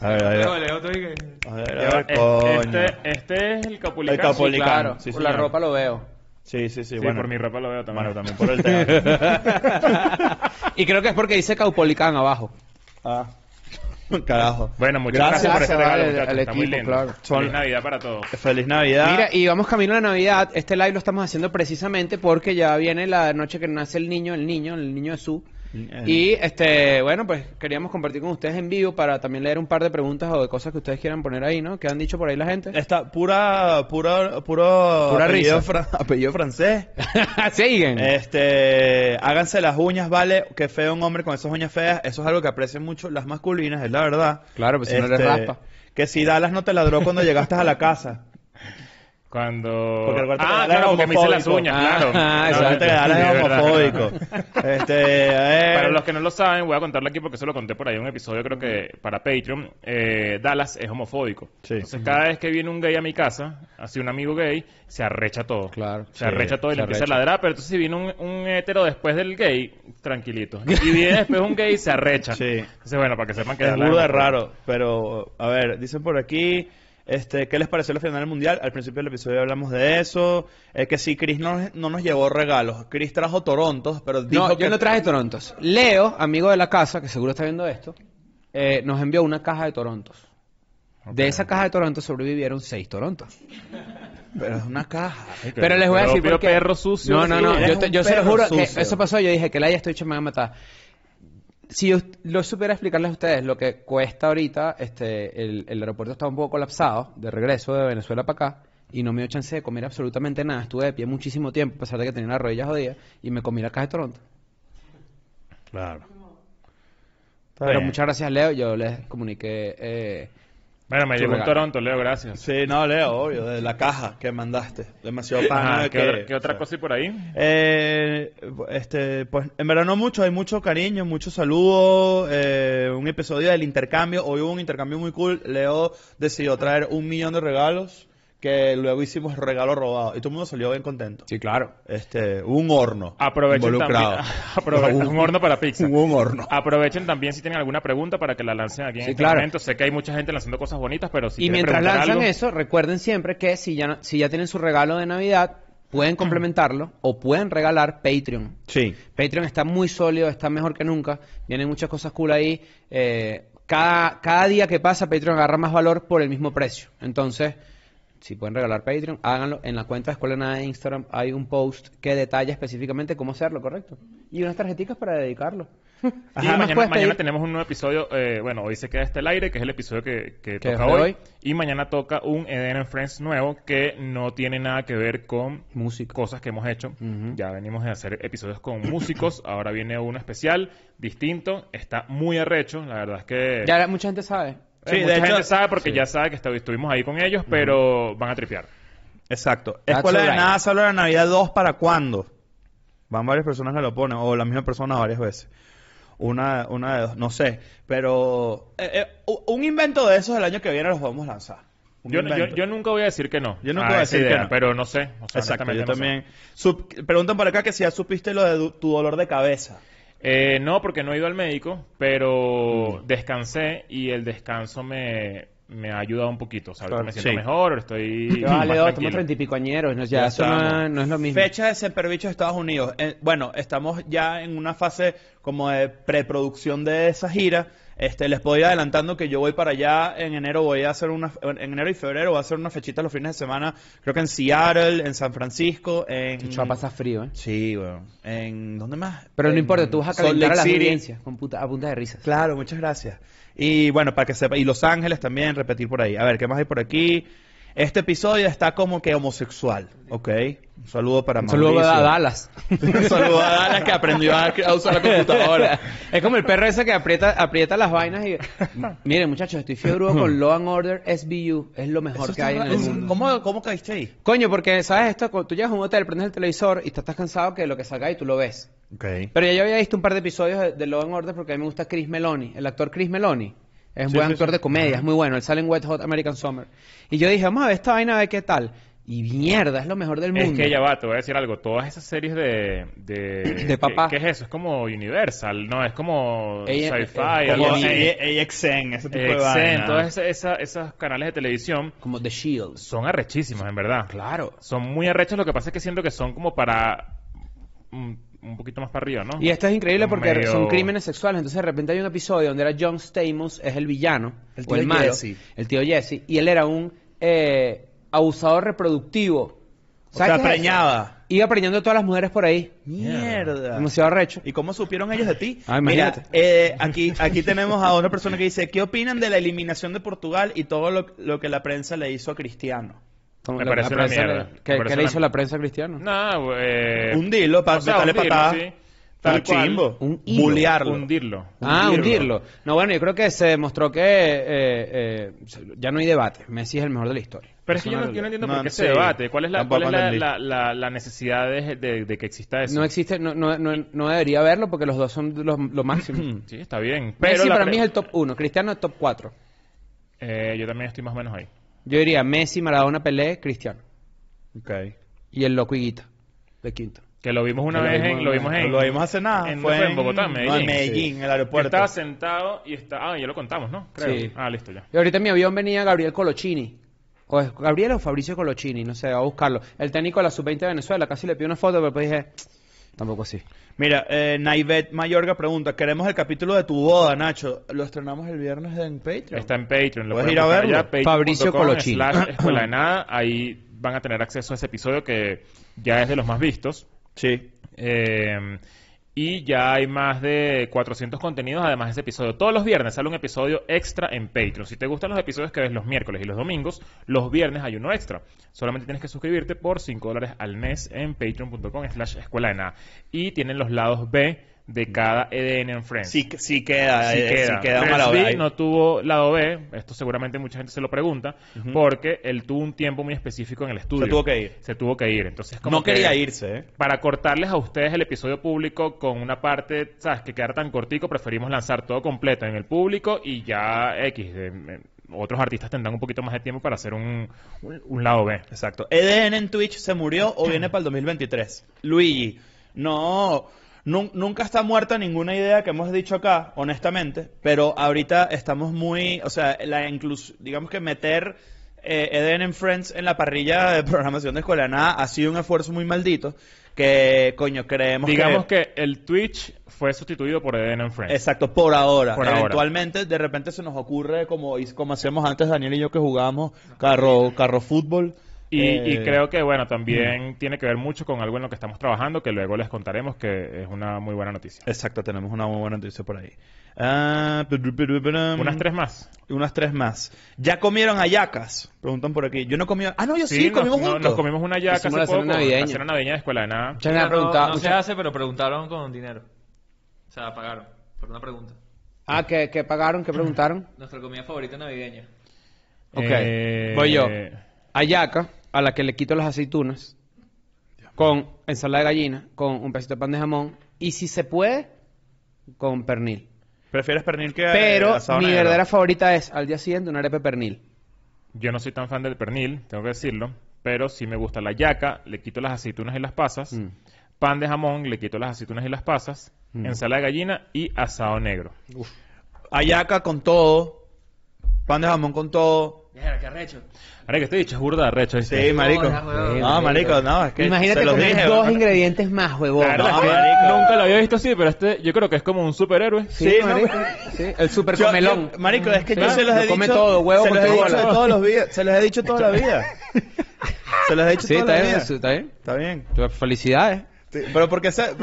B: A ver, a ver.
A: Vale, otro y que-
B: A ver,
D: Ya
B: a
D: va,
B: ver, coño.
D: Este, este es el Capulicán.
B: El Capulicán.
C: Sí, claro,
B: Sí,
C: por la
B: señor.
C: ropa lo veo.
B: Sí, sí, sí,
D: Sí,
B: bueno.
D: por mi ropa lo veo también.
B: Bueno, también
C: [LAUGHS]
B: por el tema.
C: y creo que es porque dice Caupolicán abajo.
B: ah. Carajo.
D: [LAUGHS] Bueno, muchas gracias, por este
C: Gracias,
D: regalo,
C: vale,
D: muchachos.
C: al
D: Está muy
C: equipo,
D: lindo.
C: claro.
D: Feliz Navidad para todos.
B: Feliz Navidad.
C: Mira, y vamos camino a la Navidad. Este live lo estamos haciendo precisamente porque ya viene la noche que nace el niño, el niño, el niño Jesús.
B: Eh.
C: Y este, bueno, pues queríamos compartir con ustedes en vivo para también leer un par de preguntas o de cosas que ustedes quieran poner ahí, ¿no? Que han dicho por ahí
B: [LAUGHS]
C: la gente.
B: Está pura, pura, puro
C: Pura
B: apellido,
C: risa.
B: fra- apellido francés.
C: Siguen.
B: Eh, Este, háganse las uñas, vale. Qué feo un hombre con esas uñas feas. Eso es algo que aprecian mucho las masculinas, es la verdad. Este,
C: Claro, pues si no le raspa.
B: Que si Dallas no te ladró cuando llegaste a la casa.
D: Cuando.
B: Porque Alberto
D: ah,
B: Canales
D: claro,
B: era
D: porque me hice las
B: homofóbico.
D: uñas,
C: Ah,
D: claro.
C: ah,
B: [LAUGHS]
D: No,
B: No,
C: exacto.
B: te Dallas
D: sí,
B: es
D: verdad.
B: homofóbico. Este, a ver.
D: Para los que no lo saben, voy a contarlo aquí porque eso lo conté por ahí en un episodio, creo que para Patreon. eh, Dallas es homofóbico.
B: Sí.
D: Entonces, cada vez que viene un gay a mi casa, así un amigo gay, se arrecha todo.
C: Claro.
D: Se arrecha todo y
C: se
D: le empieza
C: arrecha.
D: a ladrar. Pero entonces, si viene un, un hetero después del gay, tranquilito. Y viene después un gay, se arrecha.
B: Sí.
D: Entonces, bueno, para que sepan que pues.
B: Es
D: Dallas
B: burda de
D: homofóbico.
B: raro, pero a ver, dicen por aquí, este, ¿qué les pareció la final del mundial? Al principio del episodio hablamos de eso, es que sí, Chris no, no nos llevó regalos, Chris trajo Torontos, pero dijo
C: No, yo
B: que
C: no traje Torontos. Leo, amigo de la casa, que seguro está viendo esto, eh, nos envió una caja de Torontos. De esa caja de Torontos sobrevivieron seis Torontos.
B: pero es una caja.
C: Pero les voy a decir
D: Propio
C: por qué.
D: perro sucio.
C: No, no, no.
B: Eres
C: Yo, te-
B: un
C: yo se lo
B: perro
C: juro que
B: sucio.
C: eso pasó. Yo dije que la haya estoy hecho me va a matar. Si yo lo supiera explicarles a ustedes lo que cuesta ahorita, este, el, el aeropuerto está un poco colapsado de regreso de Venezuela para acá y no me dio chance de comer absolutamente nada. Estuve de pie muchísimo tiempo, a pesar de que tenía las rodillas jodidas y me comí la caja de Toronto.
B: Claro.
C: Pero muchas gracias, Leo. Yo les comuniqué. eh,
D: Bueno, me
C: Su
D: llegó un
C: regalo.
D: Toronto, Leo, gracias.
B: Sí, no, Leo, obvio, de la caja que mandaste, demasiado pana
D: Ajá,
B: de
D: ¿qué,
B: que-
D: otra- qué otra cosa hay por ahí?
B: Eh, este, pues en verdad no mucho, hay mucho cariño, mucho saludo, eh, un episodio del intercambio, hoy hubo un intercambio muy cool, Leo decidió traer un millón de regalos que luego hicimos regalo robado y todo el mundo salió bien contento.
C: sí, claro.
B: Este, hubo un horno
D: Aprovechen también. [LAUGHS]
B: involucrado.
D: Aprovechen, un horno para pizza.
B: Hubo un horno.
D: Aprovechen también si tienen alguna pregunta para que la lancen aquí en
C: Sí,
D: este
C: claro.
D: momento. Sé que hay mucha gente lanzando cosas bonitas, pero si
C: y
D: quieren
C: mientras
D: preguntar
C: lanzan
D: algo-
C: eso, recuerden siempre que si ya, no- si ya tienen su regalo de Navidad, pueden complementarlo o pueden regalar Patreon.
B: Sí.
C: Patreon está muy sólido, está mejor que nunca. Vienen muchas cosas cool ahí. Eh, cada, cada día que pasa, Patreon agarra más valor por el mismo precio. Entonces, si pueden regalar Patreon, háganlo. En la cuenta de Escuela de Nada de Instagram hay un post que detalla específicamente cómo hacerlo, ¿correcto? Y unas tarjeticas para
D: [LAUGHS]
C: dedicarlo. ¿Qué
D: Y
C: más
D: mañana,
C: puedes
D: mañana
C: pedir?
D: tenemos un nuevo episodio. eh, bueno, hoy se queda este al aire, que es el episodio que, que
C: Que es de
D: toca hoy.
C: hoy.
D: Y mañana toca un Eden and Friends nuevo que no tiene nada que ver con
C: Música.
D: cosas que hemos hecho.
C: Ujú.
D: Ya venimos de hacer episodios con músicos. Ahora viene uno especial, distinto. Está muy arrecho. La verdad es que.
C: Ya la- mucha gente sabe.
D: eh,
B: Sí,
D: mucha
B: de hecho-
D: gente sabe porque ya sabe que estu- estuvimos ahí con ellos, pero van a tripear.
B: Exacto.
C: That's
B: Escuela de
C: alright.
B: nada, solo de Navidad 2 para cuándo? Van varias personas que lo ponen, o la misma persona varias veces. Una, una de dos, no sé. Pero eh, eh, u- un invento de esos el año que viene los podemos lanzar. Un
D: Yo, yo,
B: invento.
D: yo nunca voy a decir que no.
B: Yo nunca
D: a
B: voy a
D: esa
B: decir que
D: idea,
B: no.
D: Pero no sé. O sea,
B: Exacto,
D: honestamente
B: yo
D: no sé.
B: también. Sup- preguntan por acá que si ya supiste lo de du- tu dolor de cabeza.
D: Eh, no, porque no he ido al médico, pero
B: Mm.
D: descansé y el descanso me, me ha ayudado un poquito. O sea, ahorita
B: Claro,
D: me siento
B: sí.
D: mejor, estoy.
C: Que
D: más
C: vale, dos, estamos
D: tranquilo.
C: treinta y pico añeros. No, ya,
B: Ya
C: eso no,
B: estamos.
C: no es lo mismo.
B: Fecha de Semperbicho de Estados Unidos. Eh, bueno, estamos ya en una fase como de preproducción de esa gira. Este, les puedo ir adelantando que yo voy para allá en enero, voy a hacer una, en enero y febrero voy a hacer unas fechitas los fines de semana, creo que en Seattle, en San Francisco, en...
C: Eso va a pasar frío, ¿eh?
B: Sí, bueno. En... ¿Dónde más?
C: Pero no
B: En
C: importa, tú vas a
B: Salt
C: calentar
B: Lake
C: a las
B: City.
C: audiencias con puta, a punta de risas.
B: Claro, muchas gracias. Y bueno, para que sepa, y Los Ángeles también, repetir por ahí. A ver, ¿qué más hay por aquí? Este episodio está como que homosexual, ¿ok? Un saludo para
C: Un saludo
B: Mauricio.
C: a Dallas.
B: Un saludo a Dallas que aprendió a, a usar la computadora.
C: [LAUGHS] Es como el perro ese que aprieta, aprieta las vainas y... Miren, muchachos, estoy fiebrudo con Law and Order SBU. Es lo mejor
B: Eso
C: que
B: está
C: hay en
B: raro.
C: el mundo.
B: ¿Cómo, ¿Cómo caíste ahí?
C: Coño, porque, ¿sabes esto? Cuando tú llegas a un hotel, prendes el televisor y te estás cansado que lo que salga y tú lo ves.
B: Ok.
C: Pero ya yo había visto un par de episodios de, de Law and Order porque a mí me gusta Chris Meloni. El actor Chris Meloni es un
D: Sí,
C: buen
D: sí,
C: actor
D: sí.
C: de comedia, es muy bueno. Él sale en Wet Hot American Summer. Y yo dije, vamos a ver esta vaina, a ver qué tal. Y mierda, es lo mejor del
D: Es
C: mundo.
D: que ya va, te voy a decir algo. Todas esas series de. De, ¿qué-
C: papá.
D: ¿Qué es eso? Es como Universal, ¿no? Es como
C: Ella-
D: Sci-Fi,
C: eh,
D: algo
B: Como
D: así.
B: A- AXN, ese tipo de
D: Exen,
B: vaina.
D: todos esa- esa- esos canales de televisión
C: Como The Shields.
D: son arrechísimas, en verdad.
C: Claro.
D: Son muy arrechos, lo que pasa es que siento que son como para. mm, un poquito más para arriba, ¿no?
C: Y esto es increíble porque
D: Medio-
C: son crímenes sexuales. Entonces de repente hay un episodio donde era John Stamos, es el villano,
B: El
C: o
B: tío
C: el malo,
B: Jesse.
C: el tío Jesse, y él era un eh, abusador reproductivo.
B: O sea,
C: qué es eso?
B: preñaba.
C: Iba preñando a todas las mujeres por ahí.
B: Mierda.
C: Demasiado recho.
B: ¿Y cómo supieron ellos de ti?
C: Ah,
B: Mira,
C: imagínate.
B: eh, aquí, aquí tenemos a una persona que dice, ¿qué opinan de la eliminación de Portugal y todo lo, lo que la prensa le hizo a Cristiano?
C: Como
D: Me
C: la-
D: parece
C: la
D: una
C: prensa
D: mierda.
C: le-
D: Me
C: ¿Qué,
D: parece
C: qué le
D: una-
C: hizo la prensa a Cristiano?
D: No, eh,
B: un dilo, para
D: o sea,
B: meterle
D: un dilo,
B: patada.
D: sí.
B: Tal
D: Tal cual.
B: chimbo.
C: Un hilo.
B: Bulearlo.
D: Hundirlo.
C: Ah,
B: Hundirlo.
C: hundirlo. No, bueno, yo creo que se demostró que eh, eh, ya no hay debate. Messi es el mejor de la historia.
D: Pero es que
C: Eso
D: yo no,
C: hay
D: yo no
C: debate.
D: entiendo
B: No,
D: por qué
B: sí.
D: se debate. ¿Cuál es la, cuál
B: Tampoco
D: es la,
B: entendí.
D: la- la- la necesidad de, de- de que exista eso?
C: No existe, no, no, no, no debería haberlo porque los dos son los- lo máximo.
D: Sí, está bien. [CLEARS THROAT] Pero
C: Messi
D: la
C: para
D: pre-
C: mí es el top 1, Cristiano es top 4.
D: Eh, yo también estoy más o menos ahí.
C: Yo diría Messi, Maradona, Pelé, Cristiano.
B: Ok.
C: Y el loco Higuita, de quinto.
D: Que lo vimos una
C: Que lo
D: vez
C: vimos
D: en... Lo
C: en-
D: vimos en...
B: Lo vimos hace nada.
D: en- no fue en Bogotá, en Medellín.
B: No, en Medellín, en el aeropuerto.
D: Estaba sentado y está... Ah, ya lo contamos, ¿no? Creo.
C: Sí.
D: Ah, listo, ya.
C: Y ahorita en mi avión venía Gabriel Colochini. O es Gabriel o Fabricio Colochini, no sé, voy a buscarlo. El técnico de la sub-20 de Venezuela, casi le pidió una foto, pero después dije, tampoco así.
B: Mira, eh, Naivet Mayorga pregunta, queremos el capítulo de tu boda, Nacho. Lo estrenamos el viernes en Patreon.
D: Está en Patreon. Lo
B: Puedes
D: pueden
B: ir a
D: buscar
B: verlo.
D: allá, patreon.com
C: Fabricio Colochini.
D: slash Escuela
C: [CLEARS THROAT]
D: de Nada. Ahí van a tener acceso a ese episodio que ya es de los más vistos.
B: Sí.
D: Eh, y ya hay más de 400 contenidos además de ese episodio. Todos los viernes sale un episodio extra en Patreon. Si te gustan los episodios que ves los miércoles y los domingos, los viernes hay uno extra. Solamente tienes que suscribirte por 5 dólares al mes en patreon.com slash escuela de nada. Y tienen los lados B de cada EDN en Friends.
B: Sí, sí queda,
D: Sí
B: eh,
D: queda.
B: sí queda
D: Friends
B: mala
D: B
B: hora.
D: no tuvo lado B, esto seguramente mucha gente se lo pregunta, porque él tuvo un tiempo muy específico en el estudio.
B: tuvo que ir.
D: Se tuvo que ir. Entonces, como
B: No quería
D: que-
B: irse, ¿eh?
D: para cortarles a ustedes el episodio público con una parte, ¿sabes? Que quedar tan cortico, preferimos lanzar todo completo en el público y ya X. eh, eh, otros artistas tendrán un poquito más de tiempo para hacer un, un- un lado B.
B: Exacto. EDN en Twitch se murió o viene para el 2023. Luigi, no, nun- nunca está muerta ninguna idea que hemos dicho acá, honestamente, pero ahorita estamos muy, o sea, la inclus- digamos que meter eh, EDN en Friends en la parrilla de programación de Escuela de Nada ha sido un esfuerzo muy maldito que, coño, creemos
D: Digamos que el Twitch fue sustituido por Eden and Friends.
B: Exacto, por ahora.
D: Por ahora.
B: Eventualmente, de repente se nos ocurre, como, como hacíamos antes Daniel y yo que jugábamos carro, carro fútbol.
D: Y, y
B: eh,
D: creo que, bueno, también
C: mm.
D: tiene que ver mucho con algo en lo que estamos trabajando, que luego les contaremos que es una muy buena noticia.
B: Exacto, tenemos una muy buena noticia por ahí. Ah, pru- pru- pru-
C: Mm.
B: pru-
D: Unas tres más.
B: mm, Unas tres más. ¿Ya comieron ayacas? Preguntan por aquí. Yo no comí. Ah, no, yo sí, comimos
D: nos,
B: juntos.
D: nos comimos una yaca hace
C: Hicimos la
D: poco,
C: cena navideña.
D: la cena navideña de escuela de nada.
C: Muchas me han
A: No, no,
C: preguntado.
A: no se
C: muchas-
A: hace, pero preguntaron con dinero. O sea, pagaron por una pregunta.
C: Ah, que, que pagaron, que preguntaron.
A: Nuestra comida favorita navideña.
C: Ok,
D: Eh,
C: voy yo. Ayaca, a la que le quito las aceitunas, con ensalada de gallina, con un pedacito de pan de jamón, y si se puede, con pernil.
B: Eh, Prefieres pernil que eh,
C: Pero
B: asado
C: mi
B: negro?
C: verdadera favorita es, al día siguiente, una arepa de pernil.
D: Yo no soy tan fan del pernil, tengo que decirlo, pero sí me gusta la yaca, le quito las aceitunas y las pasas,
C: Mm.
D: pan de jamón, le quito las aceitunas y las pasas,
C: Mm.
D: ensalada de gallina y asado negro.
B: Ayaca con todo. Pan de jamón con todo.
A: Mira, qué arrecho.
D: Ahora que estoy dicho, este es burda de recho.
B: Sí, marico.
A: No, no,
B: No, marico, no, es que.
C: Imagínate
B: se los
C: comer
B: dije,
C: dos
B: ¿verdad?
C: ingredientes más, huevón.
B: Claro,
C: No,
B: es que-
D: este Nunca lo había visto así, pero este yo creo que es como un superhéroe.
C: Sí,
B: Sí,
C: marico,
B: ¿no?
C: sí, el super
B: Yo-
C: comelón.
B: yo- marico, es que
C: Sí,
B: yo se los
C: lo
B: he
C: come
B: dicho.
C: todo, huevo
B: se
C: con
B: los he
C: cebolla.
B: dicho de todos los días. Se los he dicho toda la vida. Se los he dicho
C: Sí,
B: toda
C: está
B: la
C: bien,
B: vida.
C: está bien.
B: Está bien.
C: Felicidades.
B: Sí, pero porque se,
C: Tú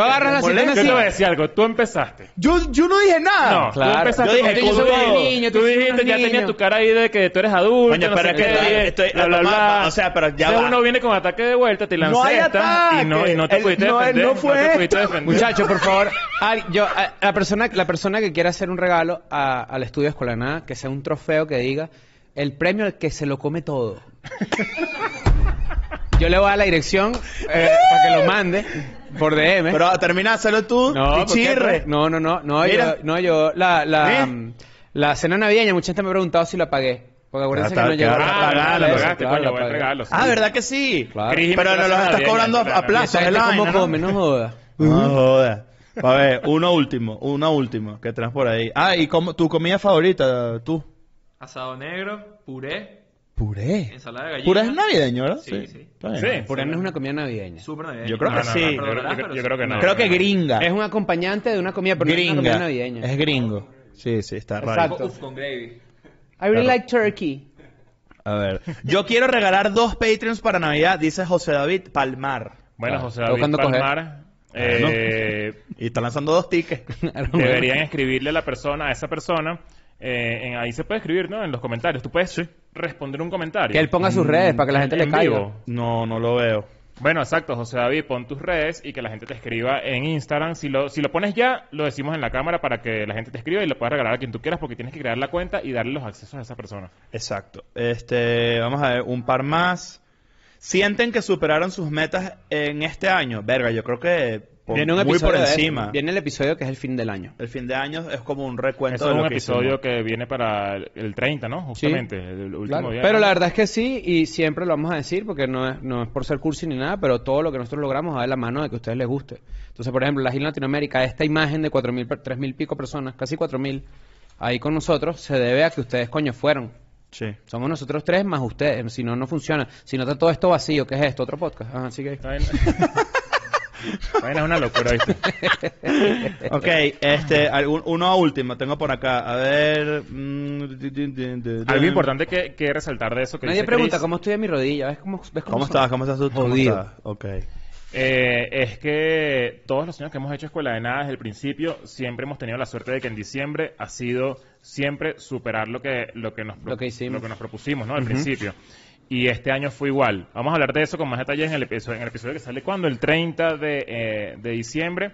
C: agarras la
D: Yo
C: Tennessee.
D: te voy a decir algo, tú empezaste.
B: yo, yo no dije nada.
D: No, tú
C: claro.
D: empezaste
B: Yo
D: con
B: dije,
D: que
B: tú
D: tú
B: eres
D: dijiste-
C: niño, tú
D: tú
C: eres
D: dijiste,
C: un
D: ya
C: niño.
D: tenías tu cara ahí de que tú eres adulto,
B: Coño,
D: no
B: pero
D: sé
B: es que
D: qué,
B: estoy-
D: bla, bla,
B: la
D: bla.
B: toma- o sea, pero ya
D: Entonces
B: va.
D: uno viene con ataque de vuelta, te lanzas
B: hay
D: esta, y no, y no te
B: ataque.
D: pudiste
B: El- no,
D: defender,
B: no fue
D: te pudiste
B: esto.
D: defender.
C: Muchachos, por favor, al- yo, a- la, persona, la persona que quiera hacer un regalo a- al estudio Escuela de Nada, que sea un trofeo que diga el premio al que se lo come todo. Yo le voy a dar la dirección eh, para que lo mande por DM.
B: Pero termináselo tú
C: no,
B: y
C: ¿por qué?
B: chirre.
C: no, no, no, no,
B: Mira.
C: yo, no, yo, la, la,
B: ¿Eh?
C: mm, la cena navideña, mucha gente me ha preguntado si la pagué. Porque acuérdense
B: Claro,
C: que no llegó.
B: claro,
D: Ah,
B: claro,
D: la
B: claro,
D: pagaste,
C: claro,
D: coño,
C: la
D: buen
C: pagué.
D: regalo. pues, sí.
B: Ah, ¿verdad que sí?
C: Claro.
D: Cris,
B: Pero nos
D: me
B: los
D: parece
B: estás
D: bien,
B: cobrando a,
D: claro,
B: a plazos,
C: Esta
B: es
C: gente
B: la
C: como
B: vaina, ¿no?
C: come, no joda.
B: No joda. A ver, uno último, uno último que traes por ahí. Ah, ¿y cómo, tu comida favorita, tú?
A: Asado negro, puré,
B: Puré.
A: ensalada de gallina.
B: Puré es navideño, ¿verdad?
A: Sí, sí.
B: Está bien.
D: Sí.
C: Por no es una comida navideña.
A: Súper navideño.
B: Yo creo que sí.
D: Yo creo- yo creo- yo creo que no.
B: Creo que gringa.
C: Es un acompañante de una comida, pero no es una comida
B: gringa.
C: navideña.
B: Es gringo. Sí, sí, está raro.
C: Exacto.
A: Uf, con gravy.
C: I really
B: Claro.
C: like turkey.
B: A ver. Yo quiero regalar dos Patreons para Navidad, dice José David Palmar.
D: Bueno,
C: Ah,
D: José David
C: está buscando coger. Ah,
D: Palmar,
C: [LAUGHS]
D: eh,
B: Y está lanzando dos tickets.
D: deberían escribirle a la persona, a esa persona, eh, en- ahí se puede escribir, ¿no? En los comentarios. Tú puedes responder un comentario.
C: Que él ponga sus redes para que la gente le
D: en
C: caiga.
D: vivo.
B: No, no lo veo.
D: Bueno, exacto, José David, pon tus redes y que la gente te escriba en Instagram. Si lo, si lo pones ya, lo decimos en la cámara para que la gente te escriba y lo puedas regalar a quien tú quieras porque tienes que crear la cuenta y darle los accesos a esa persona.
B: Exacto. Este, vamos a ver, un par más. ¿Sienten que superaron sus metas en este año? Verga, yo creo que por-
C: Viene un
B: muy
C: episodio
B: por
C: de-
B: encima.
C: Viene el episodio que es el fin del año.
B: El fin de año es como un recuento
D: Eso
B: de
D: es
B: lo
D: un
B: que
D: episodio
B: hicimos.
D: que viene para el- el 30, ¿no? Justamente, el último
C: Claro.
D: día.
C: Pero la verdad es que sí, y siempre lo vamos a decir, porque no es, no es por ser cursi ni nada, pero todo lo que nosotros logramos va de la mano de que a ustedes les guste. Entonces, por ejemplo, la isla en Latinoamérica, esta imagen de 4.000, per- 3.000 pico personas, casi 4.000, ahí con nosotros, se debe a que ustedes, coño, fueron.
B: Sí.
C: Somos nosotros tres más ustedes, si no, no funciona. Si no está todo esto vacío, ¿qué es esto? Otro podcast. Ah, Ajá, así que...
D: Esta [LAUGHS] vaina- esta vaina es una locura,
C: [LAUGHS]
D: ¿viste?
B: Ok, este, algún- uno último, tengo por acá. A ver. mm, di- di- di- di-
D: Algo importante que, que resaltar de eso que
C: Nadie
D: dice
C: pregunta
D: Chris,
C: cómo estoy de mi rodilla, ¿ves cómo, ves
B: ¿Cómo
C: son?
B: estás? ¿Cómo estás tú? ¿Cómo
C: Jodido.
B: estás? Ok.
D: eh, es que todos los años que hemos hecho Escuela de Nada desde el principio, siempre hemos tenido la suerte de que en diciembre ha sido siempre superar lo que, lo que, nos, pro-
C: Lo que hicimos.
D: lo que nos propusimos, ¿no? Al principio. Y este año fue igual. Vamos a hablar de eso con más detalle en el episodio, en el episodio que sale cuando, el 30 de, eh, de diciembre.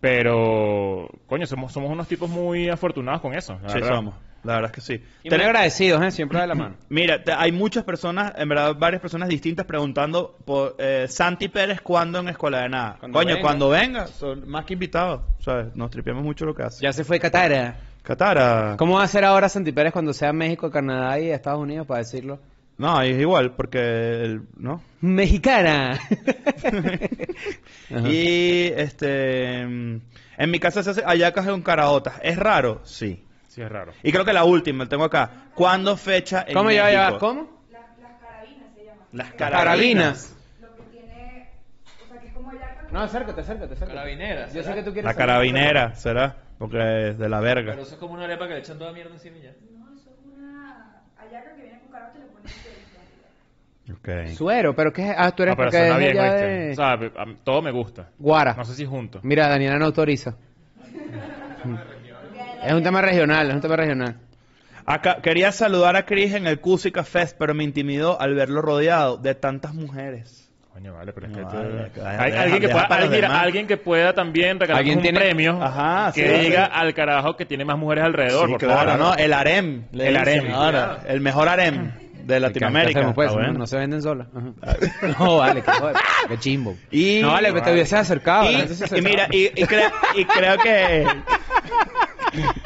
D: Pero, coño, somos, somos unos tipos muy afortunados con eso. la
B: Sí,
D: verdad.
B: somos. La verdad es que sí.
C: Y muy
B: Tener-
C: agradecidos, ¿eh? Siempre de la mano.
B: Mira, te- hay muchas personas, en verdad, varias personas distintas preguntando por eh, Santi Pérez cuando en Escuela de Nada.
C: Cuando
B: Coño,
C: venga.
B: cuando venga, son más que invitados. ¿sabes? Nos tripeamos mucho lo que hace.
C: Ya se fue Catara.
B: Ah. Catara.
C: ¿Cómo va a ser ahora Santi Pérez cuando sea México, Canadá y Estados Unidos para decirlo?
B: No, es igual, porque. el- ¿No?
C: ¡Mexicana! Ajá.
B: Y este. mm, En mi casa se hace hallacas con caraotas. ¿Es raro? Sí.
D: Sí, es raro.
B: Y creo que la última, la tengo acá. ¿Cuándo fecha en
C: ¿Cómo ya, ya
B: México?
C: va? ¿Cómo?
B: Las carabinas.
C: Carabinas.
F: lo que tiene, o sea, que es como ya cuando
C: No, acércate, acércate, acércate.
A: Carabineras.
C: Yo sé que tú quieres...
B: La
C: saber.
B: carabinera, ¿será? Porque es de la verga.
A: Pero eso es como una arepa que le echan toda mierda encima y ya.
F: no, eso es una hallaca que viene con carote y le ponen
B: Ok.
C: Suero, pero ¿qué es? Ah, tú eres
D: Ah, pero
C: porque
D: suena
C: es
D: bien,
C: allá
D: ¿oíste?
C: de...
D: O sea, a- a- todo me gusta.
C: Guara.
D: No sé si juntos.
C: Mira, Daniela no autoriza. es un tema regional, es un tema regional.
B: Acá, quería saludar a Chris en el Cusica Fest, pero me intimidó al verlo rodeado de tantas mujeres.
D: Coño, vale, pero es
B: No,
D: que tú-
B: vale, que-
D: Hay-
B: deja-
D: alguien, que
B: deja
D: pueda,
B: para los
D: alguien,
B: demás.
D: alguien que pueda también regalar
C: Alguien
D: un
C: tiene-
D: premio
B: Ajá,
D: que
B: sí, sí.
D: diga al carajo que tiene más mujeres alrededor.
B: Sí,
D: por
B: claro,
D: favor.
B: ¿no? El harem. le
D: El
B: dicen
D: harem.
B: ahora. el mejor harem de
C: ¿Qué
B: Latinoamérica.
C: hacemos, pues?
B: Ah,
C: No-
B: bueno.
C: No se venden solas.
B: [LAUGHS]
C: Ajá. no, vale, qué, joder, qué chimbo.
B: Y-
C: no, vale, que te hubieses acercado. la gente
B: Y, y
C: se acercaba.
B: mira, y, y cre- y creo
C: [LAUGHS]
B: que...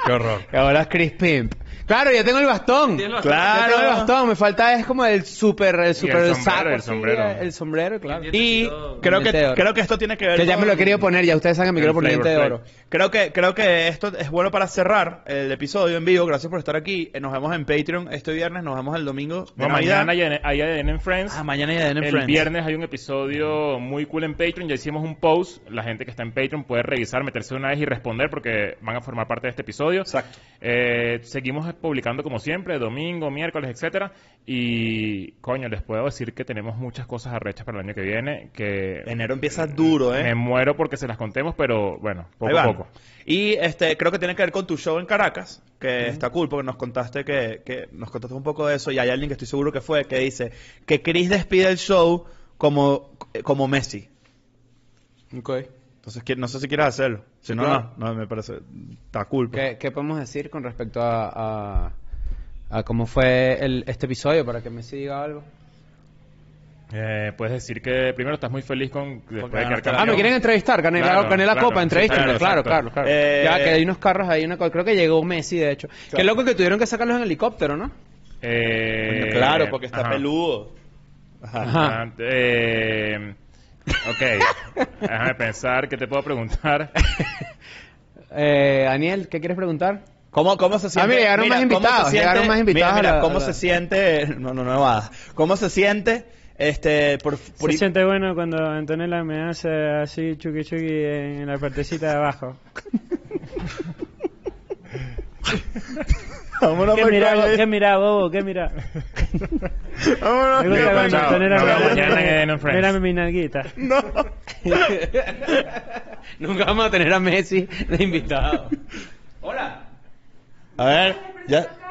B: Qué horror.
C: Que ahora es Chris Pimp. Claro, yo tengo el bastón.
A: Tienes los-
B: Claro.
C: Yo tengo el bastón, me falta es como el super, el super
D: sombrero,
C: saco,
D: el
C: así,
D: sombrero.
C: el sombrero, claro.
A: Entiendo.
B: Y creo que, creo que esto tiene que ver
C: Que ya me lo he
B: con-
C: querido poner, ya ustedes saben que me
D: El
C: quiero poner
D: Flavor
C: diente de
D: Flav.
C: oro.
B: Creo que, creo que esto es bueno para cerrar el episodio en vivo. Gracias por estar aquí. Eh, Nos vemos en Patreon este viernes, nos vemos el domingo. de
D: No,
B: Navidad.
D: mañana hay ADN hay ADN en Friends.
B: Ah, mañana ya en
D: el
B: Friends.
D: viernes hay un episodio muy cool en Patreon. Ya hicimos un post. La gente que está en Patreon puede revisar, meterse de una vez y responder porque van a formar parte de este episodio.
B: Exacto.
D: Eh, seguimos seguimos publicando como siempre, domingo, miércoles, etcétera. Y coño, les puedo decir que tenemos muchas cosas arrechas para el año que viene. Que
B: Enero empieza duro, ¿eh?
D: me muero porque se las contemos, pero bueno,
B: Ahí
D: poco a
B: van.
D: poco.
B: Y este, creo que tiene que ver con tu show en Caracas, que está cool, porque nos contaste que, que nos contaste un poco de eso, y hay alguien que estoy seguro que fue, que dice que Chris despide el show como, como Messi.
C: Ok.
B: Entonces qui- no sé si quieres hacerlo. Si no,
C: Claro.
B: no, no, me parece. Está cool. pues.
C: ¿Qué, qué podemos decir con respecto a, a, a cómo fue el, este episodio para que Messi diga algo?
D: Eh, puedes decir que primero estás muy feliz con después de que
B: ganaste
D: Arcángel-
C: Ah, me quieren entrevistar, gané, la-
D: Claro,
C: gané la
D: claro,
C: copa, entrevístenme.
D: claro,
C: Claro,
D: exacto.
C: claro, claro.
B: Eh,
C: ya que hay unos carros ahí, una co- creo que llegó Messi, de hecho. Qué loco que tuvieron que sacarlos en helicóptero, ¿no?
D: Eh,
B: Coño, claro, porque está
D: ajá.
B: peludo. Ajá.
C: Ajá.
D: Ah, eh,
B: [LAUGHS]
D: ok, déjame pensar qué te puedo preguntar.
C: Eh, Daniel, ¿qué quieres preguntar?
B: ¿Cómo, cómo se siente?
C: Ah, mira, llegaron más
B: ¿cómo
C: invitados,
B: se
C: llegaron más invitados
B: Mira,
C: a
B: mira,
C: la-
B: ¿cómo
C: a la-
B: se siente? [LAUGHS] No, no, no, va. ¿Cómo se siente? Este, por, por-
G: Se siente bueno cuando Antonella me hace así chuki chuki en la partecita de abajo.
B: [LAUGHS] Vámonos
G: ¿Qué
B: pa'l
G: mira,
B: coño.
G: bo- qué mira, bobo? ¿Qué mira?
B: Vámonos
G: Me gusta
B: pa'l
D: Listo,
G: cuando
B: coño.
D: chao.
G: Antonella
D: Nos
G: me
D: vemos
G: hace-
D: mañana en On Friends.
G: Mírame mi nalguita.
C: Nunca vamos a tener a Messi de invitado.
B: A ver, ya.